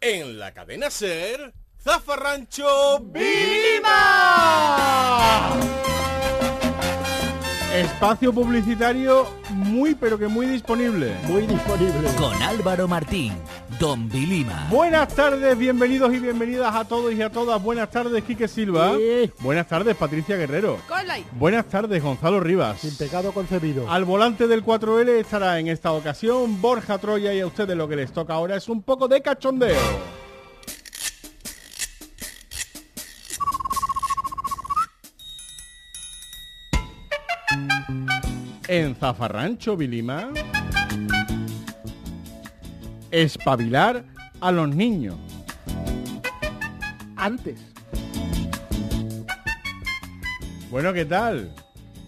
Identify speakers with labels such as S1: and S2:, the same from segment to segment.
S1: en la cadena Ser, Zafarrancho Vilma.
S2: Espacio publicitario muy pero que muy disponible.
S3: Muy disponible.
S4: Con Álvaro Martín, Don Vilima.
S2: Buenas tardes, bienvenidos y bienvenidas a todos y a todas. Buenas tardes, Quique Silva.
S3: Sí.
S2: Buenas tardes, Patricia Guerrero.
S5: Colai.
S2: Buenas tardes, Gonzalo Rivas.
S3: Sin pecado concebido.
S2: Al volante del 4L estará en esta ocasión Borja Troya y a ustedes lo que les toca ahora es un poco de cachondeo. En Zafarrancho Vilima, espabilar a los niños.
S3: Antes.
S2: Bueno, ¿qué tal?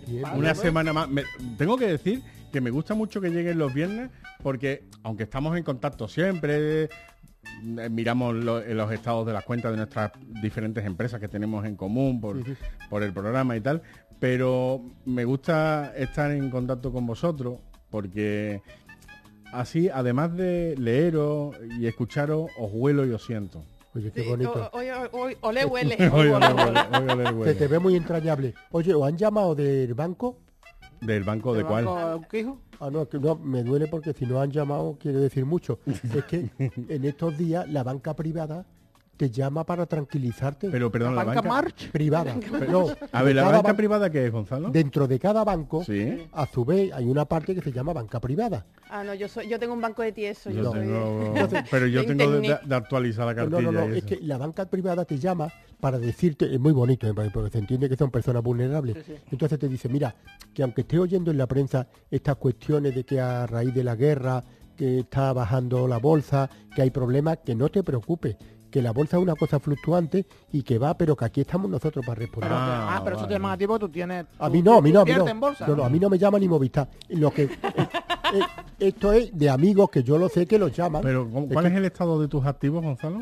S3: Bien,
S2: Una
S3: bien.
S2: semana más. Me- tengo que decir que me gusta mucho que lleguen los viernes porque, aunque estamos en contacto siempre, eh, miramos lo- en los estados de las cuentas de nuestras diferentes empresas que tenemos en común por, por el programa y tal, pero me gusta estar en contacto con vosotros porque así, además de leeros y escucharos, os huelo y os siento.
S3: Oye, qué
S5: Sí,
S3: bonito.
S5: o- o- o- o- Ole huele.
S2: Hoy os le huelo, hoy os le
S3: Se te
S2: huelo.
S3: ve muy entrañable. Oye, ¿o han llamado del banco?
S2: ¿Del banco de cuál?
S3: Ah, no, que no, me duele porque si no han llamado quiere decir mucho. es que en estos días la banca privada te llama para tranquilizarte.
S2: Pero perdón, la banca...
S3: privada. No,
S2: A ver,
S3: de
S2: ¿la
S3: cada
S2: banca
S3: ban-
S2: privada qué es, Gonzalo?
S3: Dentro de cada banco,
S2: Sí.
S3: a su vez, hay una parte que se llama banca privada.
S5: Ah, no, yo, soy, yo tengo un banco de tieso.
S2: Yo
S5: Yo soy
S2: tengo-
S5: de-
S2: pero yo
S5: de
S2: tengo de,
S5: Internet.
S2: de- de actualizar la
S3: eh, No,
S2: cartilla.
S3: no, no,
S2: y
S3: es
S2: eso.
S3: que la banca privada te llama para decirte, es muy bonito, ¿eh? porque se entiende que son personas vulnerables. Entonces te dice, mira, que aunque esté oyendo en la prensa estas cuestiones de que a raíz de la guerra, que está bajando la bolsa, que hay problemas, que no te preocupes, que la bolsa es una cosa fluctuante y que va, pero que aquí estamos nosotros para responder.
S6: Pero,
S2: Ah,
S6: ah, pero eso
S2: vale.
S6: te llaman a ti porque tú tienes...
S3: A
S6: tú-
S3: mí no, a mí
S6: tú
S3: no, a mí
S6: inviertes
S3: no.
S6: en bolsa,
S3: No, no, a mí no me llama ni Movistar. Lo que, eh, eh, esto es de amigos que yo lo sé que los llaman.
S2: Pero ¿cómo-
S3: Es
S2: ¿cuál
S3: que-
S2: es el estado de tus activos, Gonzalo?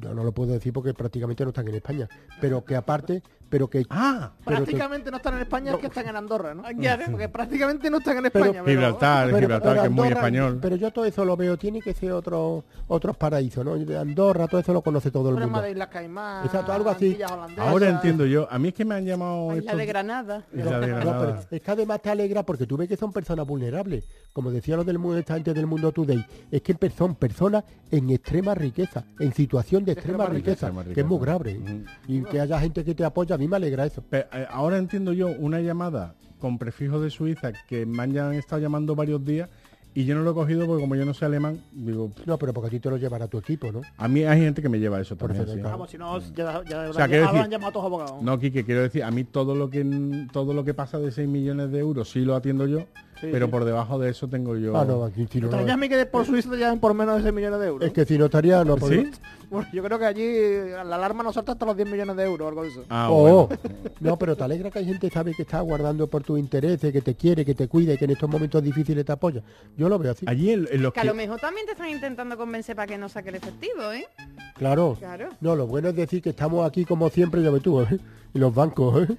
S3: Yo no lo puedo decir porque prácticamente no están en España. Pero que aparte, pero que...
S2: Ah,
S3: pero te-
S6: Prácticamente no están en España, es que están en Andorra, ¿no?
S5: Ya ves.
S6: Porque prácticamente no están en España. pero-
S2: Gibraltar,
S3: pero-
S2: Gibraltar,
S3: pero
S2: que es muy
S3: Andorra,
S2: español.
S3: Pero yo todo eso lo veo, tiene que ser otro, otros paraísos, ¿no? De Andorra, todo eso lo conoce todo el
S6: Pero es
S3: mundo.
S6: más de Islas Caimán,
S3: Exacto, algo así.
S6: Antillas Holandesas.
S2: Ahora
S3: eh.
S2: entiendo yo. Eh, A mí es que me han llamado...
S5: Ay, la
S2: estos-
S5: de Granada.
S2: Isla de
S3: No,
S2: Granada.
S3: pero es que además te alegra porque tú ves que son personas vulnerables. Como decía lo del mundo esta gente del mundo today, es que per- son personas en extrema riqueza, en situación de extrema,
S2: riqueza,
S3: riqueza, que es muy
S2: riqueza.
S3: grave. ¿eh? Y que haya gente que te apoya, a mí me alegra eso.
S2: Pe- eh, ahora entiendo yo una llamada con prefijo de Suiza que me han, ya- han estado llamando varios días y yo no lo he cogido porque como yo no sé alemán, digo... pff,
S3: No, pero porque a ti te lo llevará tu equipo, ¿no?
S2: A mí hay gente que me lleva eso
S3: Por
S2: también.
S3: eso,
S2: sí.
S3: claro.
S6: Vamos, Ah, pues si no, ya, ya
S2: O sea,
S6: habrán-
S2: quiero
S6: habrán
S2: decir-
S6: llamado a todos abogados.
S2: No, Quique, quiero decir, a mí todo lo que todo lo que pasa de 6 millones de euros sí lo atiendo yo,
S6: Sí,
S2: pero
S6: sí.
S2: por debajo de eso tengo yo...
S3: Ah, no, aquí si no-
S6: Extrañame que por Suiza te llamen por menos de 6 millones de euros.
S3: Es que si no estaría, no podemos-
S2: ¿Sí?
S6: Bueno, yo creo que allí la alarma no salta hasta los 10 millones de euros o algo de eso.
S2: Ah,
S3: Oh,
S2: bueno.
S3: No, pero te alegra que hay gente que sabe que está guardando por tus intereses, que te quiere, que te cuida y que en estos momentos difíciles te apoya. Yo lo veo así.
S2: Allí en, en los
S5: Que a lo
S2: que-
S5: mejor también te están intentando convencer para que no saque el efectivo, ¿eh?
S3: Claro.
S5: Claro.
S3: No, lo bueno es decir que estamos aquí como siempre, ya ves tú, ¿eh? Y los bancos, ¿eh?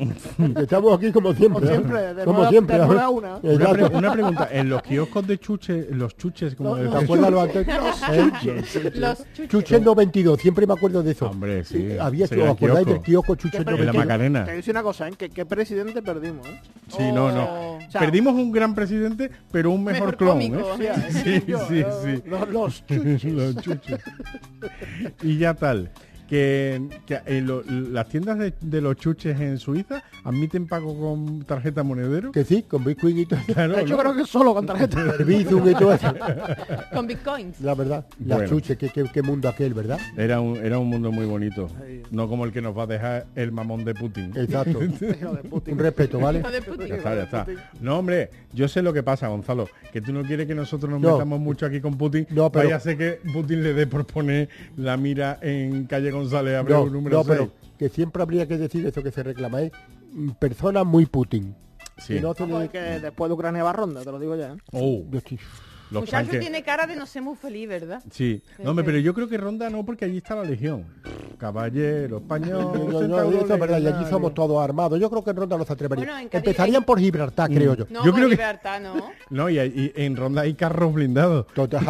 S3: Que estamos aquí como siempre.
S6: Como
S3: ¿eh?
S6: siempre, de
S3: como
S6: nueve a-
S3: siempre.
S6: de
S3: ¿eh?
S6: nueve a una.
S2: una, pre-
S3: Exacto.
S2: una pregunta, en los kioscos de chuches, los chuches como
S3: ¿Te
S2: decía-
S3: acuerdas lo antes? ¿Eh?
S5: Los chuches.
S3: Chuchen 92, siempre me acuerdo de eso.
S2: Hombre, sí,
S3: Eh, Había,
S2: sí,
S3: ¿Os
S2: era
S3: acordáis
S2: kiosco.
S3: del kiosco Chuchen
S6: Qué
S2: en la
S3: 92?
S2: Macarena.
S6: Te dice una cosa, ¿eh? Que qué presidente perdimos, ¿eh?
S2: Sí, no, no.
S6: O sea,
S2: Perdimos un gran presidente, pero un mejor,
S5: Mejor
S2: clon,
S5: cómico,
S2: ¿eh?
S5: o sea,
S2: Sí, sí,
S6: yo,
S2: sí.
S6: yo,
S2: Los, chuches. y ya tal. Que, que en lo- las tiendas de, de los chuches en Suiza admiten pago con tarjeta monedero.
S3: Que sí, con Bitcoin y todo eso.
S2: Claro,
S6: yo
S2: ¿no?
S6: creo que solo con tarjeta.
S3: Bizum y todo eso.
S5: Con bitcoins.
S3: La verdad, la
S2: Bueno.
S3: chuche, qué, qué- qué mundo aquel, ¿verdad?
S2: Era un, era un mundo muy bonito.
S6: Ay.
S2: No como el que nos va a dejar el mamón de Putin.
S3: Exacto.
S6: Hijo de puta.
S3: Un respeto, ¿vale?
S5: Hijo de
S2: Ya
S5: puta.
S2: está, ya está. No, hombre, yo sé lo que pasa, Gonzalo. Que tú no quieres que nosotros nos
S3: No.
S2: metamos mucho aquí con Putin.
S3: No, pero-
S2: Vaya sé que Putin le dé por poner la mira en calle González Abreu
S3: No,
S2: número
S3: no,
S2: 6.
S3: pero que siempre habría que decir eso que se reclama es mm, personas muy Putin.
S2: Sí.
S3: Que no se le-
S6: Ojo, y pues, que después de Ucrania va a ronda, te lo digo ya. ¿eh?
S2: Oh,
S3: Yo estoy-
S2: los
S5: Muchacho
S2: tanques.
S5: tiene cara de no ser muy feliz, ¿verdad?
S2: Sí. No, hombre, pero yo creo que Ronda no, porque allí está la Legión. Caballero, español.
S3: yo- yo-
S2: centauro
S3: eso es verdad, y allí
S2: legionario.
S3: somos todos armados. Yo creo que en Ronda no se atreverían.
S5: Bueno, en Cádiz
S3: Empezarían por Gibraltar, creo yo.
S5: No,
S2: Yo
S5: con
S2: creo que-
S5: libertad, no.
S2: No, y, y en Ronda hay carros blindados.
S3: Total-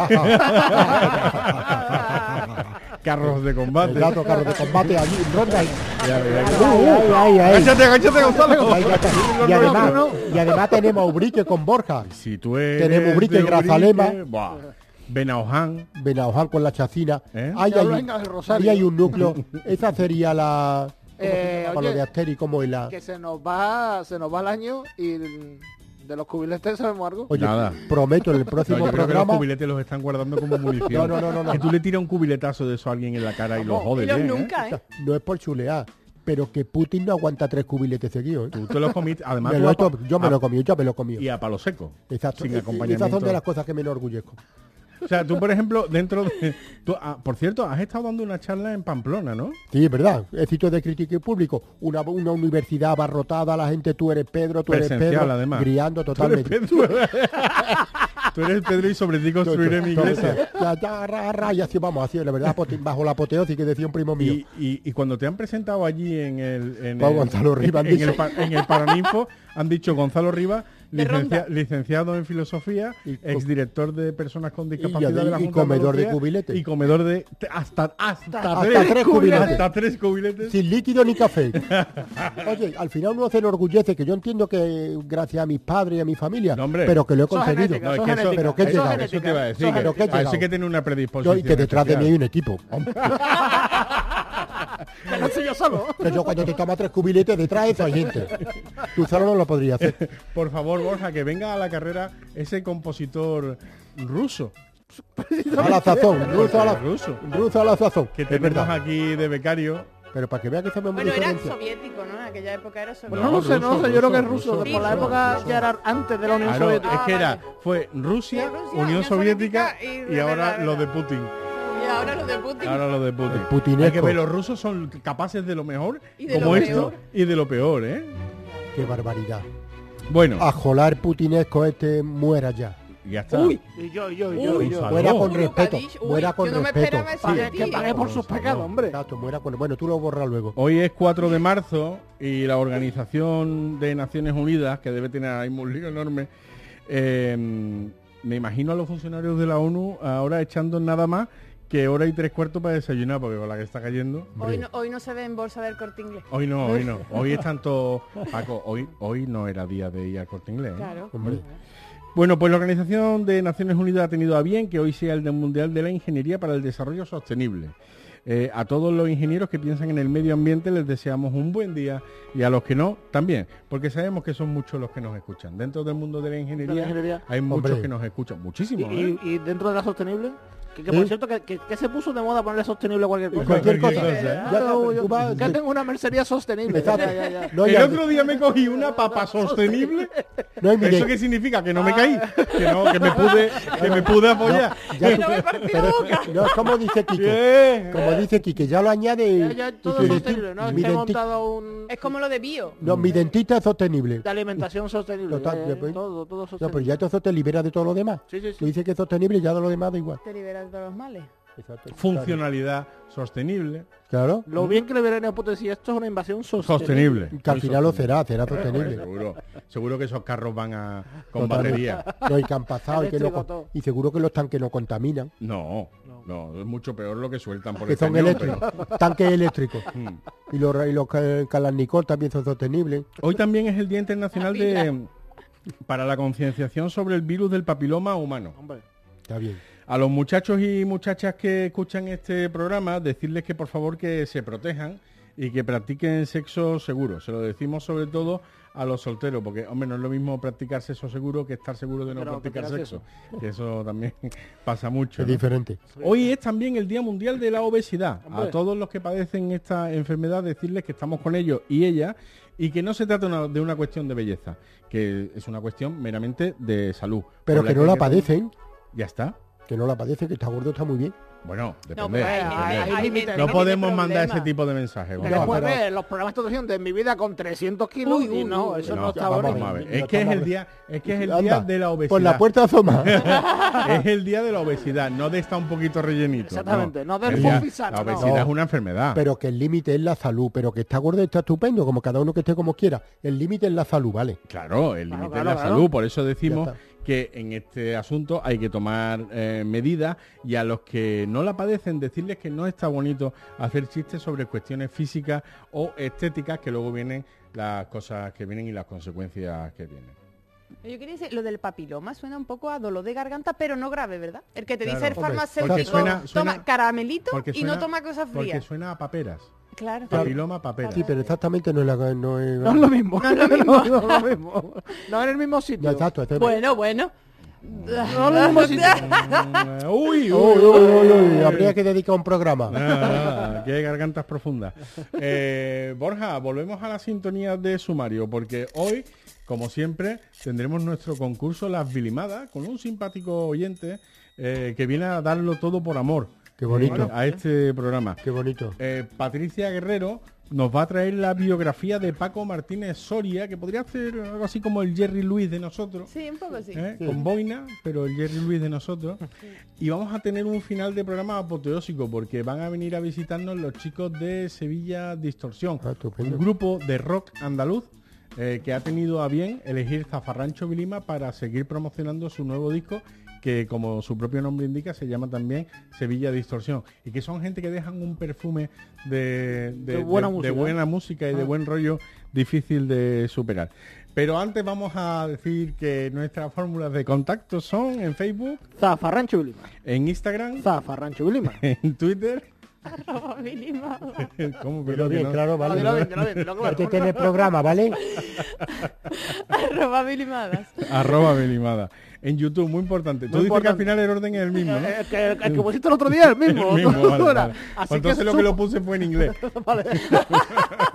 S2: carros de combate.
S3: El gato carro de combate allí, en ronda. Uh, y-
S2: Ya, ya, ya.
S3: Ay, ay, ay, ay.
S2: ¡Cállate, cállate, Gonzalo!
S3: Ay, gato. Y además, y además tenemos a Ubrique con Borja.
S2: Si tú eres
S3: Tenemos Ubrique,
S2: de
S3: Grazalema.
S2: buah, Benaoján,
S3: Benaojar con la chacina.
S2: ¿Eh?
S3: Ahí,
S6: Ya
S3: hay,
S6: lo
S3: un-
S6: venga el Rosario.
S3: ahí hay un núcleo. Esa sería la... ¿Cómo
S6: Eh,
S3: se llama lo
S6: oye.
S3: de Asteri, como la...
S6: Que se nos va, se nos va el año y de los cubiletes sabemos algo.
S3: Oye,
S2: Nada.
S3: prometo en el
S2: No,
S3: próximo
S2: yo creo que los
S3: programa...
S2: cubiletes los están guardando como munición.
S3: No, no, no, no, no.
S2: Que tú le tiras un cubiletazo de eso a alguien en la cara y lo jodes.
S5: Yo
S2: bien, ¿eh?
S5: nunca, ¿eh?
S3: No es por chulear, pero que Putin no aguanta tres cubiletes seguidos. ¿eh?
S2: Tú te los comiste. Además,
S3: Me
S2: Ah, tú
S3: lo
S2: a
S3: he
S2: pa-
S3: to- yo me
S2: a-
S3: lo comí, yo me lo comí.
S2: Y a palo seco.
S3: Exacto.
S2: Sin
S3: E-
S2: acompañamiento.
S3: Esas son de las cosas que me enorgullezco.
S2: O sea, tú, por ejemplo, dentro de... tú, ah, por cierto, has estado dando una charla en Pamplona, ¿no?
S3: Sí, es verdad. Es sitio de crítica y público. Una, una universidad abarrotada, la gente, tú eres Pedro, tú eres
S2: Presencial,
S3: Pedro.
S2: además.
S3: Griando
S2: Tú eres
S3: totalmente.
S2: Pedro. Tú eres Pedro y sobre ti construiré mi iglesia.
S3: Ya, ya, ra, ra, y así vamos, así, la verdad, apote- bajo la apoteosis que decía un primo mío.
S2: Y, y- y cuando te han presentado allí en el en
S3: Pau
S2: el-
S3: Gonzalo Riva, han
S2: en el
S3: dicho.
S2: pa- en el Paraninfo han dicho Gonzalo Rivas
S5: De ronda.
S2: licenciado en filosofía
S3: Y co-
S2: exdirector de personas con discapacidad
S3: y-
S2: de la
S3: y
S2: Junta
S3: comedor de
S2: Andalucía
S3: cubiletes.
S2: y comedor de te- hasta hasta,
S3: hasta tres cubiletes.
S2: hasta tres cubiletes
S3: Sin líquido ni café. Oye, al final uno se enorgullece, que yo entiendo que gracias a mis padres y a mi familia,
S2: No, hombre.
S3: pero que lo he
S6: Eso es
S3: conseguido.
S2: es
S6: genética, eso
S2: que
S6: es
S2: eso-
S6: genética,
S3: pero que he
S6: eso es
S2: eso,
S3: llegado.
S2: eso
S6: genética,
S2: te iba a decir
S6: eso es
S2: que,
S3: Pero que he
S6: genética.
S2: a eso
S3: llegado.
S2: que tiene una
S3: Yo,
S2: predisposición
S3: y que detrás de mí hay
S2: especial.
S3: un equipo.
S6: Que no soy yo solo.
S3: Que yo cuando te tomas tres cubiletes detrás de eso hay gente. Tú solo no lo podrías hacer.
S2: por favor Borja que venga a la carrera ese compositor ruso
S3: A la sazón, ruso a la,
S2: Ruso.
S3: ruso a la sazón.
S2: que
S3: Es
S2: tenemos
S3: verdad.
S2: aquí de becario
S3: Pero para que vea que estamos muy
S5: Bueno, era
S3: diferencia.
S5: soviético, ¿no? En aquella época era
S6: Pues
S5: soviético.
S6: no, lo sé, no
S2: ruso,
S6: lo sé, yo creo que es
S2: ruso,
S6: ruso.
S5: ruso,
S6: por la
S5: ruso,
S6: época
S2: ruso.
S6: ya era antes de la Unión
S2: Ah, no,
S6: Soviética.
S2: es que era,
S5: vale.
S2: fue Rusia,
S5: Y Rusia,
S2: Unión,
S5: Unión
S2: Soviética,
S5: Soviética
S2: y,
S5: y
S2: ahora
S5: Reino
S2: lo de
S5: Unido.
S2: Putin.
S5: Y ahora los de Putin.
S2: Ahora lo de Putin.
S3: El putinesco.
S2: Hay que ver, los rusos son capaces de lo mejor,
S5: Y de
S2: como
S5: lo
S2: esto,
S5: peor.
S2: y de lo peor, ¿eh?
S3: Qué barbaridad.
S2: Bueno,
S3: A jolar putinesco este muera ya.
S2: ya está.
S6: Uy, y yo, y yo, y yo,
S5: Uy.
S6: y yo.
S2: Gonzalo.
S3: Muera con
S5: Uy,
S3: respeto.
S5: Lucadillo, uy,
S3: Muera con
S5: yo no me
S3: respeto.
S5: esperaba eso
S3: Sí.
S5: de
S6: Que
S5: ti.
S6: pagué por sus pecados, hombre.
S3: Exacto, muera con Bueno, tú lo borras luego.
S2: Hoy es 4 de marzo y la Organización de Naciones Unidas, que debe tener ahí un lío enorme, eh, me imagino a los funcionarios de la ONU ahora echando nada más que hora y tres cuartos para desayunar, porque con la que está cayendo.
S5: Hoy no, hoy no se ve en bolsa del corte inglés.
S2: Hoy no, hoy no. Hoy es tanto... Paco, hoy, hoy no era día de ir al corte inglés. ¿eh?
S5: Claro.
S3: Hombre.
S2: Bueno, pues la Organización de Naciones Unidas ha tenido a bien que hoy sea el Día Mundial de la Ingeniería para el Desarrollo Sostenible. Eh, a todos los ingenieros que piensan en el medio ambiente les deseamos un buen día y a los que no también, porque sabemos que son muchos los que nos escuchan. Dentro del mundo de la ingeniería,
S6: De la ingeniería.
S2: hay muchos
S3: Hombre.
S2: que nos escuchan,
S6: Y,
S2: muchísimos. ¿eh?
S6: y- y dentro de la sostenible, que, que
S3: ¿Eh?
S6: por cierto, que, que- que se puso de moda ponerle sostenible a cualquier cosa.
S3: Cualquier
S2: Cualquier
S3: cosa.
S2: cosa, ¿eh?
S3: Ya
S6: Claro,
S3: te-
S6: yo-
S3: tú vas-
S6: ya tengo una mercería sostenible.
S3: Exacto.
S6: Ya, ya, ya.
S3: No,
S2: el
S3: ya-
S2: otro día me cogí una papa sostenible.
S3: no hay
S2: ¿Eso
S3: mire-
S2: qué significa? Que no me caí, que, no, que, me, pude, que me pude apoyar.
S3: ya
S5: Que
S3: tú-
S5: no me partí la
S3: pero-
S5: boca.
S3: no, como dice Kiko.
S2: Bien.
S3: Como dice Kike, ya lo añade. y-
S6: Ya, ya, todo
S3: y
S6: es
S3: que
S6: sostenible, ¿no? Es
S3: mi
S6: que he
S3: denti-
S6: montado un...
S5: Es como lo de bio.
S3: no, mi dentista es sostenible.
S6: de alimentación sostenible.
S3: Total,
S6: ya, ya,
S3: ya, pues.
S6: todo, todo
S3: No, pero
S6: sostenible.
S3: ya eso te libera de todo lo demás.
S6: Sí, sí, sí.
S3: Tú dices que es sostenible y ya de lo demás da igual.
S5: Te liberas de todos los males.
S2: Funcionalidad sostenible.
S3: Claro.
S6: Lo bien que le verán a Putin si esto es una invasión sostenible.
S2: Sostenible.
S3: Que al final lo será, será sostenible.
S2: Seguro, seguro que esos carros van a con
S3: Totalmente.
S2: batería.
S3: No, y que han pasado y, que no
S6: Eléctrico
S3: con-
S6: todo.
S3: y seguro que los tanques no contaminan.
S2: No, no, es mucho peor lo que sueltan por mm.
S3: Que
S2: el
S3: son
S2: cañón,
S3: eléctricos, tanques eléctricos. Y los, y los ca- Kalashnikov también son sostenibles.
S2: pero- Hoy también es el Día Internacional de mm, para la concienciación sobre el virus del papiloma humano.
S6: Hombre,
S3: Está bien.
S2: A los muchachos y muchachas que escuchan este programa, decirles que por favor que se protejan y que practiquen sexo seguro. Se lo decimos sobre todo a los solteros, porque hombre, no es lo mismo practicar sexo seguro que estar seguro de no
S6: Pero
S2: practicar
S6: practicar
S2: sexo. Que eso también pasa mucho.
S3: Es
S2: ¿no?
S3: diferente.
S2: Hoy es también el Día Mundial de la Obesidad.
S6: Hombre.
S2: A todos los que padecen esta enfermedad, decirles que estamos con ellos y ella y que no se trata una- de una cuestión de belleza, que es una cuestión meramente de salud.
S3: Pero
S2: Por
S3: que no la
S2: hay tomar-
S3: padecen.
S2: Ya está.
S3: Que no la padecen, que está gordo, está muy bien.
S2: Bueno, depende.
S5: No, pero hay gente-
S2: depende.
S5: hay- hay gente que
S2: No
S5: tiene
S2: podemos
S5: problemas.
S2: mandar ese tipo de mensajes.
S6: Que
S2: vamos.
S6: después
S3: pero-
S6: ves los programas de televisión de mi vida con 300 kilos
S5: Uy,
S6: y
S5: uy,
S6: no,
S5: uy.
S6: eso no,
S2: No,
S6: está
S2: vamos
S6: bueno.
S2: a ver.
S3: No
S2: Es
S3: está
S2: que es el
S3: mal.
S2: día, es que es el
S3: Anda,
S2: día de la obesidad.
S3: Por la puerta asoma.
S2: es el día de la obesidad, no de estar un poquito rellenito.
S6: Exactamente, no del
S2: El día-
S6: fofisano,
S2: La
S6: no.
S2: obesidad es
S3: No.
S2: una enfermedad.
S3: pero que el límite es la salud. Pero que está gordo, está estupendo. Como cada uno que esté como quiera. El límite es la salud, ¿vale?
S2: Claro, el
S6: Claro,
S2: límite
S6: claro,
S2: es la
S6: claro.
S2: salud, por eso decimos
S3: Ya está.
S2: que en este asunto hay que tomar eh, medidas y a los que no la padecen decirles que no está bonito hacer chistes sobre cuestiones físicas o estéticas que luego vienen las cosas que vienen y las consecuencias que tienen.
S5: Yo quería decir, lo del papiloma suena un poco a dolor de garganta, pero no grave, ¿verdad? El que te
S2: Claro,
S5: dice el
S2: hombre,
S5: farmacéutico,
S2: porque suena- suena-
S5: toma caramelito
S2: Porque
S5: y no
S2: suena-
S5: toma cosas
S2: Porque
S5: frías.
S2: suena a paperas.
S5: Claro.
S2: Papiloma, paperas.
S3: Sí, pero exactamente no es la... No es,
S6: No es lo mismo.
S5: No es lo mismo.
S6: no es lo mismo. No en el mismo
S3: Ya,
S6: sitio.
S3: exacto, exacto.
S2: Pues
S5: Bueno, bueno.
S6: No en el mismo sitio.
S2: Mm, uy, uy,
S3: Uy, uy, uy, uy,
S2: uy.
S3: habría que dedicar un programa.
S2: Ah, ah, qué gargantas profundas. Eh, Borja, volvemos a la sintonía de sumario, porque hoy, como siempre, tendremos nuestro concurso Las Vilimadas con un simpático oyente eh, que viene a darlo todo por amor.
S3: Qué bonito.
S2: eh, a este programa.
S3: Qué bonito.
S2: Eh, Patricia Guerrero nos va a traer la biografía de Paco Martínez Soria, que podría ser algo así como el Jerry Luis de nosotros.
S5: Sí, un poco sí.
S2: ¿eh? con boina, pero el Jerry Luis de nosotros. Y vamos a tener un final de programa apoteósico porque van a venir a visitarnos los chicos de Sevilla Distorsión,
S3: Ah, estupendo.
S2: un grupo de rock andaluz eh, que ha tenido a bien elegir Zafarrancho Vilima para seguir promocionando su nuevo disco que como su propio nombre indica se llama también Sevilla Distorsión y que son gente que dejan un perfume de, de-
S6: De buena
S2: de- de
S6: música. ¿eh? Ah.
S2: buena música y de buen rollo difícil de superar. Pero antes vamos a decir que nuestras fórmulas de contacto son en Facebook,
S6: Zafarrancho Vilima.
S2: en Instagram,
S6: Zafarrancho Vilima.
S2: en Twitter.
S5: Arroba bilimada.
S2: ¿Cómo
S3: Pero
S2: que
S3: bien,
S2: no?
S3: claro, vale.
S6: Dilo bien, dilo bien,
S2: Este
S6: dilo claro.
S3: Hay que tener programa, ¿vale?
S5: Arroba bilimadas.
S2: Arroba Belimada. En YouTube, muy importante. Tú
S6: Muy
S2: dices que al
S6: importante.
S2: final el orden es el mismo, ¿no?
S6: El que, el que pusiste el otro día, el mismo.
S2: Mm. El mismo, vale,
S6: Ahora,
S2: vale. Pues
S6: Así
S2: entonces
S6: que
S2: lo que lo
S6: supo-
S2: puse fue en inglés.
S6: Vale.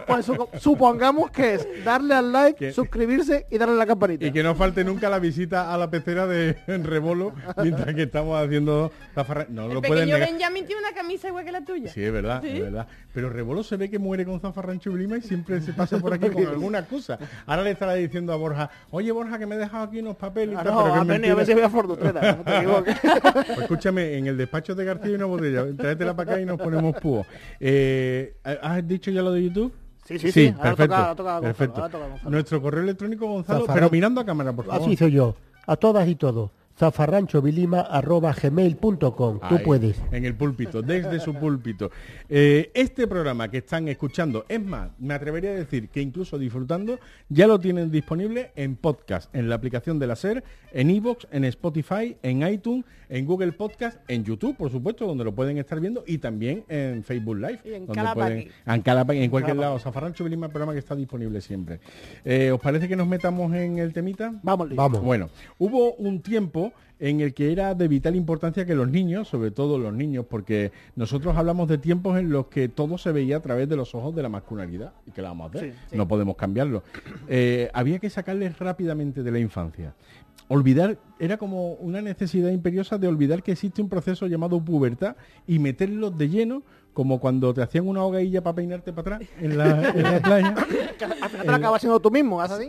S6: Pues supo- supongamos que es darle al like,
S2: Que-
S6: suscribirse y darle a la campanita. Ah,
S2: Y que no falte nunca la visita a la pecera de Rebolo mientras que estamos haciendo la farra- No
S5: El
S2: lo pueden
S5: pequeño
S2: negar.
S5: Benjamin tiene una camisa igual que la tuya.
S2: Sí, es verdad,
S5: Sí.
S2: es verdad. Pero Rebolo se ve que muere con Zafarrancho Vilima y siempre se pasa por aquí con alguna excusa. Ahora le estará diciendo a Borja, oye Borja, que me he dejado aquí unos papeles. y
S6: Ah,
S2: tal",
S6: no,
S2: pero que es
S6: ha venido, a ver si voy
S2: mentira.
S6: a Fordutrera, no te equivoques.
S2: Pues escúchame, en el despacho de García hay una botella. Tráetela para acá y nos ponemos púo. Eh, ¿Has dicho ya lo de YouTube?
S6: Sí, sí, sí. Ahora
S2: perfecto.
S6: toca- ahora toca Gonzalo,
S2: perfecto.
S6: ahora toca Gonzalo. Ah,
S2: Nuestro correo electrónico, Gonzalo,
S3: Zafarrancho.
S2: pero mirando a cámara, por favor.
S3: Así soy yo. A todas y todos. zafarranchovilima.gmail.com. Tú
S2: Ahí,
S3: puedes.
S2: En el púlpito, desde su púlpito. Eh, este programa que están escuchando, es más, me atrevería a decir que incluso disfrutando, ya lo tienen disponible en podcast, en la aplicación de la SER, en Evox, en Spotify, en iTunes, en Google Podcast, en YouTube, por supuesto, donde lo pueden estar viendo, y también en Facebook Live.
S5: Y en
S2: donde
S5: Calapaki.
S2: pueden- en Calapaki, en cualquier lado. Zafarrancho Vilima, el programa que está disponible siempre. Eh, ¿Os parece que nos metamos en el temita?
S6: Vamos, Lili.
S3: Vamos.
S2: Bueno, hubo un tiempo en el que era de vital importancia que los niños, sobre todo los niños, porque nosotros hablamos de tiempos en los que todo se veía a través de los ojos de la masculinidad, y que la vamos a hacer,
S6: Sí,
S2: no podemos cambiarlo. Eh, había que sacarles rápidamente de la infancia. Olvidar, era como una necesidad imperiosa de olvidar que existe un proceso llamado pubertad y meterlos de lleno, como cuando te hacían una hogailla para peinarte para atrás en la, en la playa.
S6: Al final te lo acabas siendo tú mismo, ¿haz así?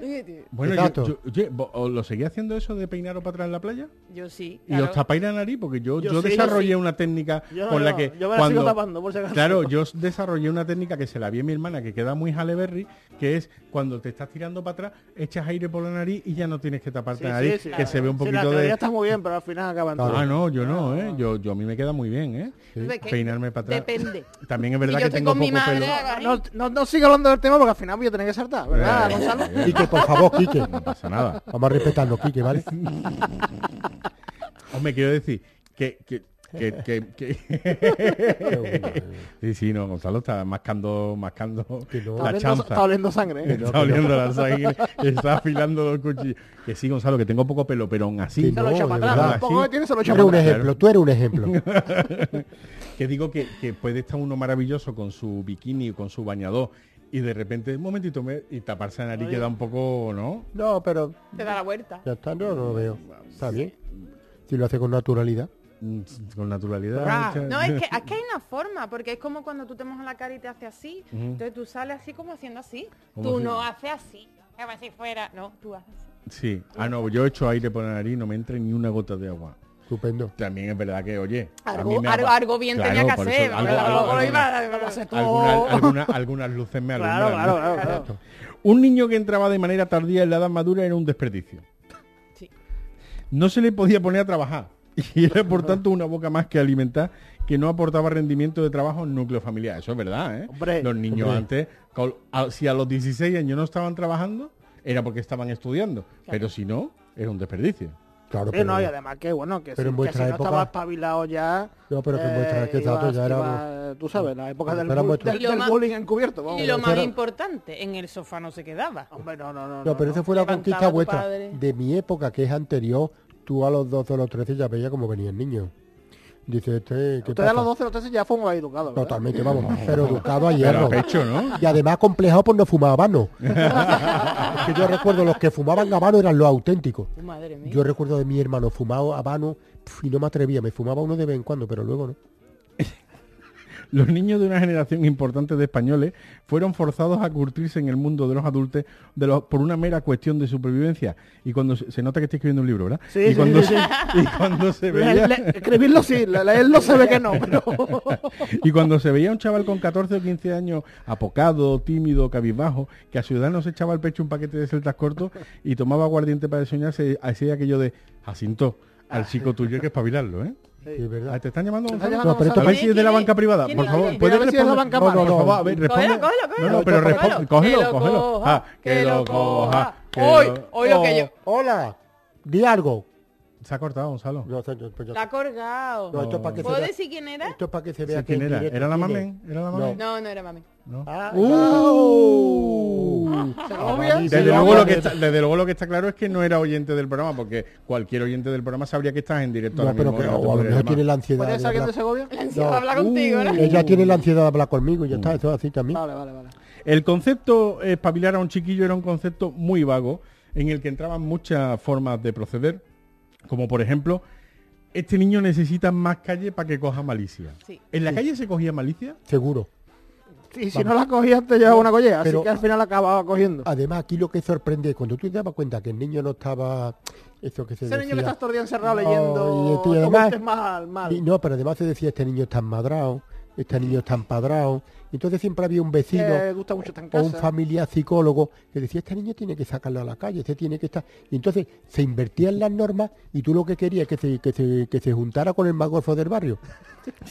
S2: Bueno, yo-
S3: Exacto.
S2: yo- oye, ¿vo- ¿os ¿lo seguía haciendo eso de peinaros para atrás en la playa?
S5: Yo sí.
S2: Y os tapáis la nariz porque yo, yo,
S6: Yo sí, yo
S2: desarrollé
S6: sí.
S2: una técnica
S6: Yo
S2: con la
S6: no,
S2: que
S6: yo me la
S2: cuando
S6: sigo tapando, por si acaso.
S2: claro yo s- desarrollé una técnica que se la vi a mi hermana que queda muy Haleberry que es cuando te estás tirando para atrás echas aire por la nariz y ya no tienes que taparte
S6: Sí,
S2: la
S6: sí,
S2: nariz
S6: sí,
S2: que
S6: claro.
S2: se ve un
S6: Sí, la
S2: poquito
S6: teoría
S2: de
S6: está muy bien, pero al final acaban
S3: Claro.
S6: todos.
S2: ah no yo no eh yo, yo a mí me queda muy bien eh
S5: Ve que
S2: peinarme para atrás
S5: Depende.
S2: también es verdad
S5: Si yo
S2: que
S5: estoy
S2: tengo
S5: con mi
S2: poco
S5: madre,
S2: pelo
S5: haga-
S6: No, no, no siga hablando del tema porque al final voy a tener que saltar, ¿verdad,
S5: Ah,
S2: Eh,
S6: Gonzalo?
S2: eh,
S3: Quique, por favor, Quique.
S2: no pasa nada
S3: Vamos a respetarlo, Quique, ¿vale?
S2: Hombre, quiero decir que... que- que- que- que- sí, sí, no, Gonzalo está mascando, mascando
S3: Que no.
S2: la
S6: Está oliendo,
S2: chanza.
S6: está oliendo sangre, ¿eh?
S2: está oliendo la sangre, está afilando los cuchillos. Que sí, Gonzalo, que tengo poco pelo, pero aún así...
S3: Que
S6: Se lo
S3: No,
S6: echa
S3: de
S6: para atrás.
S2: verdad,
S6: Un poco
S2: sí.
S6: que tiene, se lo
S3: Tú
S6: echa
S3: eres
S6: para
S3: un
S6: atrás.
S3: ejemplo, tú eres un ejemplo.
S2: Que digo que, que puede estar uno maravilloso con su bikini, con su bañador, y de repente, un momentito, me- y taparse la nariz queda un poco, ¿no?
S3: No, pero
S5: Te da la vuelta.
S3: ya está, no, no lo veo. Está bien. Si lo hace con naturalidad.
S2: Mm, Con naturalidad.
S6: Ah,
S2: mucha-
S5: No, es que aquí hay una forma, porque es como cuando tú te mojas la cara y te hace así. Entonces tú sales así como haciendo así.
S2: ¿Cómo
S5: Tú
S2: así?
S5: no haces así. Como si fuera. No, tú haces así.
S2: Sí. Ah, no, yo echo aire por la nariz, no me entra ni una gota de agua.
S3: Estupendo.
S2: También es verdad que, oye, a
S5: Algo-
S2: mí me ha-
S5: algo- algo bien tenía que
S2: por
S5: hacer,
S2: eso,
S5: porque
S2: algo-
S5: tampoco
S2: algo-
S5: lo iba a-
S2: alguna-
S5: lo haces tú.
S2: alguna- alguna- algunas luces me alumbran.
S6: Claro,
S2: ¿no?
S6: claro, claro, claro.
S2: Un niño que entraba de manera tardía en la edad madura era un desperdicio.
S5: Sí.
S2: no se le podía poner a trabajar. Y era, por tanto, una boca más que alimentar que no aportaba rendimiento de trabajo en núcleo familiar. Eso es verdad, ¿eh?
S6: Hombre,
S2: los niños
S3: hombre.
S2: antes, col- a- si a los 16 años no estaban trabajando, era porque estaban estudiando. Pero si no, era un desperdicio.
S3: Claro,
S6: Sí,
S3: pero,
S6: no, y además que bueno, que,
S3: pero
S6: si,
S3: en
S6: que
S3: vuestra
S6: si no
S3: época-
S6: estaba espabilado ya.
S3: No, pero que en vuestra- que
S6: ibas-
S3: exacto, ya era-
S6: ibas, Tú sabes, la época del,
S3: Era
S6: bu-
S3: vuestra-
S6: del-
S5: Y lo
S6: del
S5: más-
S6: bullying encubierto. Vamos.
S5: Y lo más
S3: fuera-
S5: importante, en el sofá no se quedaba.
S6: Hombre, no, no, no.
S3: no, pero esa fue la
S5: Levantaba
S3: conquista
S5: tu
S3: vuestra.
S5: padre.
S3: De mi época, que es anterior, tú a los 12 o los 13 ya veías cómo venía el niño. Dice, este, ¿qué
S6: Usted a
S3: pasa?
S6: los 12 o los 13 ya fue un educado.
S3: Totalmente, vamos, pero educado a
S2: Pero
S3: hierro.
S2: a pecho, ¿no?
S3: Y además complejado por no fumar habano. Es que yo recuerdo, los que fumaban habano eran los auténticos.
S5: Oh, Madre mía.
S3: Yo recuerdo de mi hermano fumado habano pf, y no me atrevía, me fumaba uno de vez en cuando, pero luego no.
S2: Los niños de una generación importante de españoles fueron forzados a curtirse en el mundo de los adultos de los- por una mera cuestión de supervivencia. Y cuando se, se nota que estoy escribiendo un libro, ¿verdad?
S6: Sí,
S2: y,
S6: sí,
S2: cuando
S6: sí,
S2: se, y cuando se veía
S6: escribirlo sí, le- leerlo se ve que no, pero...
S2: y cuando se veía un chaval con 14 o 15 años apocado, tímido, cabizbajo, que a su edad no se echaba al pecho un paquete de celtas cortos y tomaba aguardiente para soñar, se hacía aquello de Jacinto, al chico tuyo hay que espabilarlo, ¿eh?
S3: Sí, es verdad.
S2: Ah, ¿Te están llamando?
S6: Te están
S2: Gonzalo?
S6: llamando,
S3: No, pero
S2: A
S3: esto-
S2: ver si es de la banca privada,
S5: ¿Quién
S2: por
S5: es?
S2: favor.
S5: Mira,
S2: ¿Puedes
S6: a ver si es la
S2: responder?
S6: banca
S2: No, no,
S6: mano.
S2: por favor, a ver,
S5: Cógelo,
S2: responde.
S5: cógelo, cógelo.
S2: No, no, pero
S5: Cógelo,
S2: responde, cógelo,
S5: que lo
S2: cógelo.
S5: coja,
S2: Ah, que lo coja. que
S5: Hoy,
S2: lo- Oh.
S5: hoy lo que yo...
S3: Oh, Hola, di algo.
S2: Se ha cortado, Gonzalo.
S3: No, sé, yo- pues yo-
S5: La ha colgado.
S3: no, esto es para que se
S5: ¿Puedo
S3: vea,
S5: decir quién era?
S3: esto es para que se
S2: Sí,
S3: vea que
S2: ¿Quién
S3: en
S2: era?
S3: directo
S2: ¿Era la
S3: tiene-
S2: mamen? ¿Era la
S3: No.
S2: mamen?
S5: No, no era mami.
S2: No.
S3: Ah,
S2: ¡Uh!
S3: ah,
S6: Obvio.
S3: ah,
S2: Desde
S3: dice,
S2: luego, lo
S3: vamos,
S2: que está, desde luego lo que está claro es que no era oyente del programa, porque cualquier oyente del programa sabría que estás en directo.
S3: No,
S2: ahora
S3: pero
S2: mismo,
S3: que-
S2: que no te
S3: o a lo
S2: podría
S3: mejor tiene
S2: llamar.
S3: la ansiedad.
S6: ¿Puede
S3: de
S6: ser alguien de
S3: hablar-
S6: Segovia?
S5: Ansia para hablar contigo, ¿no?
S3: Ella tiene la ansiedad de hablar conmigo y ya está, eso es así también.
S6: Uh. Mm. Vale, vale, vale.
S2: El concepto eh, espabilar a un chiquillo era un concepto muy vago, en el que entraban muchas formas de proceder, como por ejemplo, este niño necesita más calle para que coja malicia.
S5: Sí.
S2: ¿En la calle se cogía malicia?
S3: Seguro.
S6: Y si no la cogías te llevaba una collera, así
S3: Pero-
S6: que al final la acababa cogiendo.
S2: Ah,
S3: Además, aquí lo que sorprende es cuando tú te dabas cuenta que el niño no estaba... Eso que se
S6: Ese niño que
S3: decía-
S6: está todo el día encerrado
S3: No, y
S6: leyendo...
S3: este, y
S6: te
S3: además-
S6: metes mal, mal.
S3: Y no, pero además se decía, este niño está madrado, este niño está empadrado. Entonces siempre había un vecino
S6: Eh, gusta mucho estar en
S3: o un
S6: casa.
S3: familiar psicólogo que decía, este niño tiene que sacarlo a la calle, este tiene que estar... Y entonces se invertían las normas y tú lo que querías es que se, que se, que se juntara con el magorfo del barrio.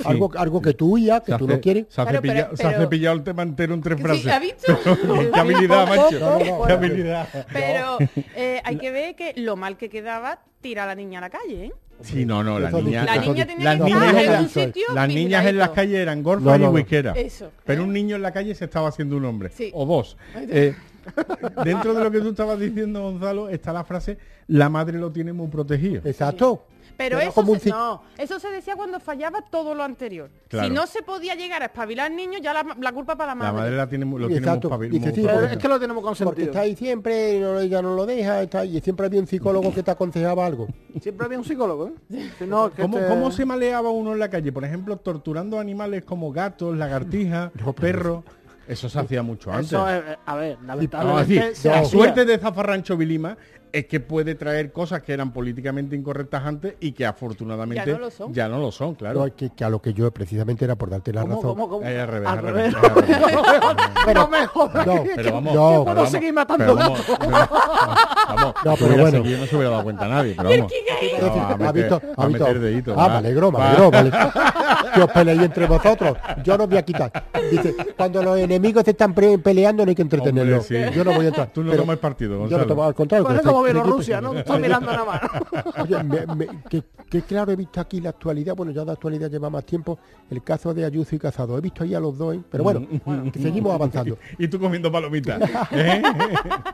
S3: Algo, algo que tú huías, que
S2: Se
S3: tú
S2: hace-
S3: no quieres.
S2: Se ha
S5: Claro, pero-
S2: cepilla- se ha
S5: pero-
S2: cepillado el tema entero en tres
S5: Sí, ¿ha
S2: frases.
S5: visto?
S2: ¡Qué habilidad, macho!
S3: No, no, no.
S2: ¡Qué habilidad!
S5: Pero eh, hay que ver que lo mal que quedaba tira a la niña a la calle, ¿eh?
S2: Sí, no, no, la
S3: Eso
S2: niña...
S3: dice-
S5: La
S3: eso
S5: niña
S3: dice-
S5: tenía
S2: las
S5: que
S2: niñas
S5: estar en
S2: eran-
S5: un sitio
S2: Las niñas en las
S5: vigiladito.
S2: calles eran gorfas
S3: No, no,
S2: y
S3: no.
S2: huisqueras.
S5: Eso.
S2: Pero un niño en la calle se estaba haciendo un hombre.
S5: Sí.
S2: O dos. Eh, dentro de lo que tú estabas diciendo, Gonzalo, está la frase, la madre lo tiene muy protegido.
S3: Exacto.
S5: Pero
S3: Era
S5: eso,
S3: como un
S5: se,
S3: cic-
S5: no, eso se decía cuando fallaba todo lo anterior.
S2: Claro.
S5: Si no se podía llegar a espabilar al niño, ya la, la culpa para la
S2: La
S5: madre.
S2: madre la tiene, muy- lo tiene muy
S3: Exacto.
S2: pavi-
S3: Dice,
S2: muy
S3: sí,
S6: Pero
S2: protegido.
S6: es que lo tenemos
S3: Porque
S6: consentido.
S3: está ahí siempre, y no, ya no lo deja, está ahí, y siempre había un psicólogo que te aconsejaba algo.
S6: Siempre había un psicólogo, ¿eh? Si no, que
S2: ¿Cómo,
S6: te-
S2: cómo se maleaba uno en la calle? Por ejemplo, torturando animales como gatos, lagartijas, perros. Eso se hacía mucho antes.
S6: Eso es, a ver,
S2: Vamos a
S6: lamentablemente
S2: decir,
S6: se
S2: la
S6: hacía.
S2: suerte de Zafarrancho Vilima es que puede traer cosas que eran políticamente incorrectas antes y que afortunadamente
S5: Ya no lo son.
S2: ya no lo son, claro.
S3: No, que, que a lo que yo precisamente era por darte la
S6: ¿Cómo,
S3: razón.
S6: cómo, cómo?
S2: Eh, al revés,
S6: Al
S2: al revés,
S6: revés,
S2: al revés.
S6: no me jodas, No me jodas.
S3: No,
S6: que-
S2: Pero
S6: que-
S2: vamos,
S3: no,
S2: pero
S3: puedo
S2: vamos,
S6: seguir
S2: pero
S6: matando
S2: vamos, Vamos,
S3: No,
S2: si
S3: pero
S2: hubiera
S3: bueno.
S2: seguido no se hubiera dado cuenta nadie, pero vamos.
S3: Es
S2: No,
S3: decir,
S2: va a
S3: ha
S2: meter-
S3: visto-
S2: va
S3: ha
S2: a
S3: visto-
S2: meter dedito,
S3: ah,
S2: va.
S3: me alegro, me
S2: Va.
S3: alegro, me alegro. Que os peleéis entre vosotros. Yo no voy a quitar. Dice, cuando los enemigos se están pre- peleando no hay que entretenerlos.
S2: Hombre, sí.
S3: Yo no voy a entrar.
S2: Tú no
S3: Pero
S2: tomas partido,
S3: Yo
S2: Gonzalo.
S3: no tomo al contrario.
S6: Pues
S3: que
S6: es como
S3: estáis
S6: Bielorrusia, ¿no?
S3: críticos.
S6: Estás mirando nada más.
S3: Oye, me- me- que, que claro he visto aquí la actualidad, bueno, ya de actualidad lleva más tiempo, el caso de Ayuso y Casado. He visto ahí a los dos, ¿eh? pero bueno,
S2: Mm.
S3: que seguimos avanzando.
S2: Y tú comiendo palomitas.